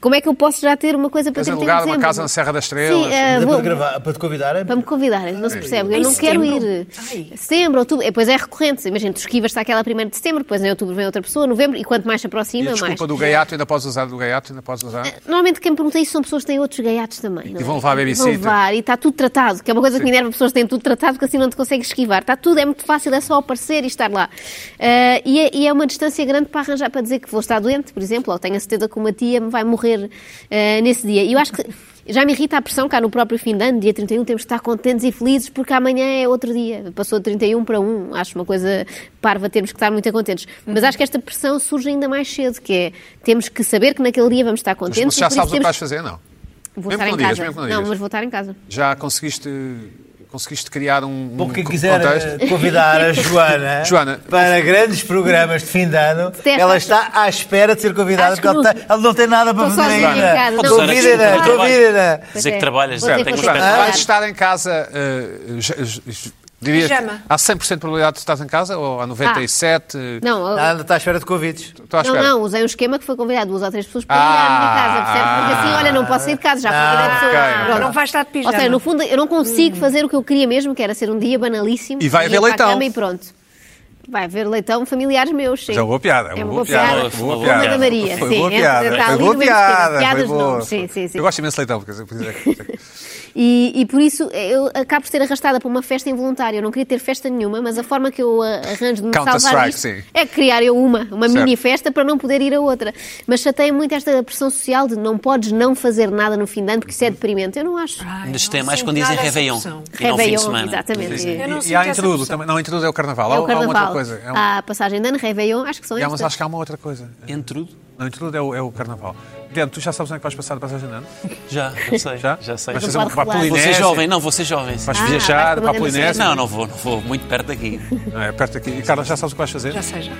Speaker 3: como é que eu posso já ter uma coisa para
Speaker 1: Mas
Speaker 3: ter
Speaker 1: alugar uma
Speaker 3: em dezembro?
Speaker 1: casa na Serra assim, da Estrela,
Speaker 3: Sim, eh,
Speaker 5: Ainda
Speaker 3: vou-
Speaker 5: para, gravar, para te é? convidarem?
Speaker 3: para me convidarem, não se
Speaker 1: É
Speaker 3: percebe. Eu não quero ir.
Speaker 4: Ai.
Speaker 3: Setembro, outubro, depois é recorrente. Imagina, tu esquivas-te àquela primeira de setembro, depois em outubro vem outra pessoa, novembro, e quanto mais se
Speaker 1: E a
Speaker 3: aproxima, mais. Ah, Eh,
Speaker 1: desculpa do gaiato, ainda podes usar do gaiato, ainda podes usar.
Speaker 3: Normalmente quem me pergunta isso são pessoas que têm outros gaiatos também. não é?
Speaker 1: vão levar a
Speaker 3: E
Speaker 1: babysitter.
Speaker 3: Vão levar, e está tudo tratado, que é uma coisa que me enerva pessoas que têm tudo tratado, porque assim não te consegues esquivar. Está tudo, é muito fácil, é só aparecer e estar lá. Ah, e, é, e é uma distância grande para arranjar, para dizer que vou estar doente, por exemplo, ou tenho a certeza que uma tia me vai morrer ah, nesse dia. E eu acho que já me irrita a pressão cá no próprio fim de ano, dia 31, temos de estar contentes e felizes porque amanhã é outro dia. Passou de 31 para 1, acho uma coisa parva, temos que estar muito contentes.
Speaker 1: Uhum.
Speaker 3: Mas acho que esta pressão surge ainda mais cedo, que é, temos que saber que naquele dia vamos estar contentes
Speaker 1: Mas, mas já
Speaker 3: por isso
Speaker 1: sabes o que
Speaker 3: temos-
Speaker 1: vais fazer, não? Mesmo
Speaker 3: Vou estar
Speaker 1: que
Speaker 3: em
Speaker 1: não digas,
Speaker 3: casa.
Speaker 1: mesmo que não
Speaker 3: Não,
Speaker 1: digas.
Speaker 3: mas vou estar em casa.
Speaker 1: Já conseguiste, conseguiste criar um,
Speaker 5: Bom,
Speaker 1: um
Speaker 5: quem
Speaker 1: co-
Speaker 5: quiser
Speaker 1: contexto?
Speaker 5: eh, convidar a
Speaker 1: (laughs)
Speaker 5: Joana,
Speaker 1: Joana.
Speaker 5: para grandes programas de fim de ano,
Speaker 3: Detesta.
Speaker 5: ela está à espera de ser convidada,
Speaker 3: Acho
Speaker 5: porque ela,
Speaker 3: que
Speaker 5: tá- ela não tem nada para
Speaker 3: Estou
Speaker 5: fazer
Speaker 3: sozinha em
Speaker 5: ainda.
Speaker 3: casa, não.
Speaker 2: Sara,
Speaker 5: Convida-na,
Speaker 2: desculpa,
Speaker 5: convida-na.
Speaker 2: Dizer
Speaker 3: Pois
Speaker 2: que
Speaker 3: é.
Speaker 2: trabalhas,
Speaker 3: Vou ter
Speaker 2: tenho
Speaker 3: que
Speaker 2: um
Speaker 3: voltar.
Speaker 2: espetáculo.
Speaker 1: Vais estar em casa, eh, eh, j- j- j- dirias,
Speaker 4: Pijama.
Speaker 1: há 100% de probabilidade de estás em casa? Ou há 97?
Speaker 3: Não, eu-
Speaker 5: Ela está à espera de convites.
Speaker 1: Estou à
Speaker 3: não,
Speaker 1: espera.
Speaker 3: não, usei um esquema que foi convidar duas ou três pessoas para ir
Speaker 1: Ah.
Speaker 3: à minha casa, percebes? Porque assim, olha, não posso sair de casa, já convidei
Speaker 5: Ah,
Speaker 3: pessoas.
Speaker 1: ok, ok.
Speaker 3: Pronto.
Speaker 4: Não vais estar de pijama. Hum.
Speaker 3: Ou seja, no fundo, eu não consigo fazer o que eu queria mesmo, que era ser um dia banalíssimo.
Speaker 1: E vai
Speaker 3: ir
Speaker 1: haver
Speaker 3: para a
Speaker 1: leitão.
Speaker 3: cama E pronto. Vai haver leitão, familiares meus, sim.
Speaker 1: Mas é uma boa piada, é uma boa piada,
Speaker 2: é uma boa
Speaker 3: Uma
Speaker 2: piada.
Speaker 3: da Maria,
Speaker 1: Foi
Speaker 3: sim. é
Speaker 1: boa
Speaker 3: entra-
Speaker 1: piada.
Speaker 3: está
Speaker 1: Foi
Speaker 3: ali
Speaker 1: boa
Speaker 3: no mesmo esquema.
Speaker 1: piada.
Speaker 3: Piadas
Speaker 1: foi boa.
Speaker 3: não, sim, sim, sim.
Speaker 1: Eu gosto imenso de leitão. Porque...
Speaker 3: E, e por isso eu acabo por ser arrastada para uma festa involuntária. Eu não queria ter festa nenhuma, mas a forma que eu ah, arranjo de me
Speaker 1: Counter
Speaker 3: salvar
Speaker 1: Strike,
Speaker 3: disto
Speaker 1: sim.
Speaker 3: é criar eu uma, uma
Speaker 1: Certo.
Speaker 3: mini festa para não poder ir a outra. Mas chateia muito esta pressão social de não podes não fazer nada no fim de ano porque
Speaker 1: Uhum.
Speaker 3: isso é deprimente. Eu não acho.
Speaker 2: Mas
Speaker 4: não
Speaker 2: tem mais
Speaker 4: sinto
Speaker 2: quando dizem
Speaker 4: nada essa
Speaker 2: Réveillon. Ah, E
Speaker 4: pressão.
Speaker 2: não fim de
Speaker 3: Réveillon,
Speaker 2: semana.
Speaker 3: exatamente.
Speaker 4: Eu
Speaker 1: E-
Speaker 4: não
Speaker 1: E
Speaker 4: sinto
Speaker 1: há
Speaker 4: essa
Speaker 1: intrudo
Speaker 4: pressão.
Speaker 1: também. Não, intrudo é o carnaval.
Speaker 3: é
Speaker 1: Há-
Speaker 3: o carnaval. Ah,
Speaker 1: Há uma outra coisa. É um-
Speaker 3: Há passagem de ano, Réveillon, acho que são
Speaker 1: e há- mas
Speaker 3: estas.
Speaker 1: acho que há uma outra coisa.
Speaker 2: Entrudo?
Speaker 1: Não, intrudo é o, é o carnaval. Dentro, tu já sabes onde é que vais passar de passagem de ano?
Speaker 2: Já, já sei.
Speaker 1: Já?
Speaker 2: Já sei.
Speaker 1: Vais
Speaker 3: Mas
Speaker 1: fazer
Speaker 3: não
Speaker 1: uma para a
Speaker 3: pode revelar.
Speaker 2: Vou
Speaker 1: Polinésia.
Speaker 2: ser jovem, não, vou ser jovem.
Speaker 1: Vais
Speaker 3: Ah,
Speaker 1: viajar
Speaker 3: vais para
Speaker 1: para a
Speaker 3: uma
Speaker 1: Polinésia.
Speaker 2: Não, não vou, não vou. Muito perto daqui.
Speaker 1: Não, é perto aqui. E Carla, já sabes o que vais fazer?
Speaker 4: Já seja.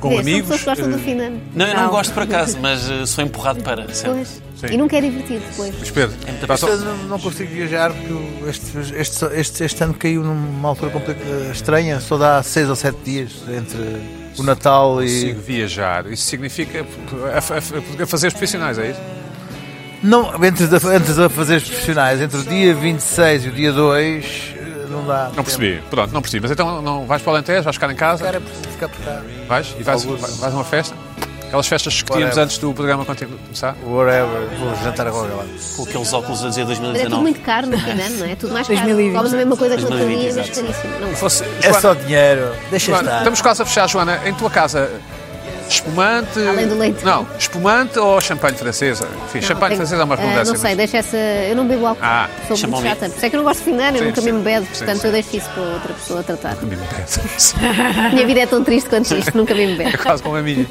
Speaker 1: Com
Speaker 3: Vê, são
Speaker 1: amigos.
Speaker 3: pessoas que gostam do
Speaker 1: eh,
Speaker 3: fim de ano.
Speaker 2: Não, eu não
Speaker 4: Não.
Speaker 2: gosto por acaso, mas eh, sou empurrado para. sempre.
Speaker 3: Pois.
Speaker 1: Sim.
Speaker 3: E não quer divertir depois.
Speaker 1: Mas Pedro,
Speaker 2: muita
Speaker 1: passa-
Speaker 5: Este ano não consigo viajar porque eu- este, este, este, este ano caiu numa altura complica- estranha, só dá seis ou sete dias entre o Natal e.
Speaker 1: consigo viajar. Isso significa a, a- a fazer os profissionais, é isso?
Speaker 5: Não, entre, antes a fazer os profissionais, entre o dia 26 e o dia 2, eh, não dá.
Speaker 1: Não percebi. Pronto, não percebi. Mas então não vais para o Alentejo, vais ficar em casa,
Speaker 5: Cara, preciso ficar apertado.
Speaker 1: vais e vais, vais, vais a uma festa. Aquelas festas que tínhamos
Speaker 5: Whatever.
Speaker 1: antes do programa continu- começar.
Speaker 5: Whatever, vou jantar agora lá.
Speaker 2: Com aqueles óculos a dizer
Speaker 3: Mas é tudo muito
Speaker 2: 2019.
Speaker 3: caro no fim de ano, não é? É tudo mais caro.
Speaker 4: 2020.
Speaker 3: Comes a mesma coisa que no outro dia,
Speaker 2: 2020,
Speaker 3: mas
Speaker 2: exato.
Speaker 3: caríssimo. Não,
Speaker 1: Fosse-
Speaker 5: É
Speaker 1: Joana,
Speaker 5: só dinheiro, deixa
Speaker 1: Joana,
Speaker 5: estar.
Speaker 1: estamos quase a fechar, Joana. Em tua casa, espumante.
Speaker 3: Além do leite.
Speaker 1: Não, espumante ou champanhe francesa? Enfim, champanhe
Speaker 3: tenho-
Speaker 1: francesa é uma
Speaker 3: Ah,
Speaker 1: redundância.
Speaker 3: Não sei,
Speaker 1: mas-
Speaker 3: deixa essa. Eu não bebo álcool.
Speaker 1: Ah,
Speaker 3: Sou muito
Speaker 2: chamam-me.
Speaker 3: chata. Por isso é que eu não gosto de fim de ano, eu
Speaker 1: Sim,
Speaker 3: nunca
Speaker 1: sim.
Speaker 3: me embebo,
Speaker 1: Sim,
Speaker 3: portanto
Speaker 1: sim.
Speaker 3: eu deixo isso para outra pessoa tratar.
Speaker 1: Me interessa. (laughs) Uhum.
Speaker 3: Minha vida é tão triste quanto isto, nunca me
Speaker 1: É (laughs)
Speaker 3: embebo.
Speaker 1: quase como a minha.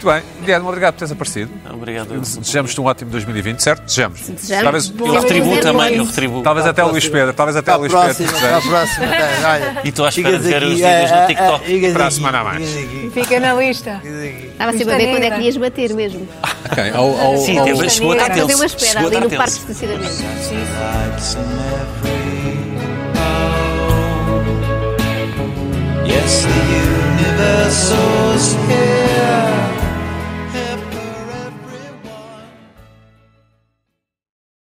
Speaker 1: Muito bem. Guilherme, obrigado por teres aparecido.
Speaker 2: Obrigado.
Speaker 1: Desejamos-te um ótimo 2020, certo? Desejamos.
Speaker 3: Desejamos.
Speaker 1: Talvez,
Speaker 3: Bom.
Speaker 2: Eu retribuo
Speaker 3: Obrigado.
Speaker 2: também, eu retribuo.
Speaker 1: talvez até o Luís Pedro. Talvez até o
Speaker 5: Para a
Speaker 1: Luís Pedro.
Speaker 5: próxima, para a
Speaker 1: desejamos.
Speaker 5: (laughs) próxima. tá, Olha.
Speaker 2: E estou à espera de
Speaker 5: Fica
Speaker 2: ver os
Speaker 5: aqui,
Speaker 2: vídeos no
Speaker 5: ah, ah,
Speaker 2: TikTok.
Speaker 5: ah, fica
Speaker 1: Para a
Speaker 5: aqui,
Speaker 1: semana a mais.
Speaker 5: fica aqui.
Speaker 4: Fica na lista.
Speaker 3: Estava sempre a ver quando é que ias bater mesmo.
Speaker 1: Ok, ao- ao-
Speaker 2: Sim,
Speaker 1: ao-
Speaker 2: teve- chegou a
Speaker 3: Está
Speaker 2: estar
Speaker 3: a fazer uma
Speaker 2: tenso.
Speaker 3: espera
Speaker 2: Chegou a
Speaker 3: ali
Speaker 2: estar
Speaker 3: no parque de
Speaker 2: tenso.
Speaker 3: estacionamento.
Speaker 7: lights in every home. Yes, the universe soars here.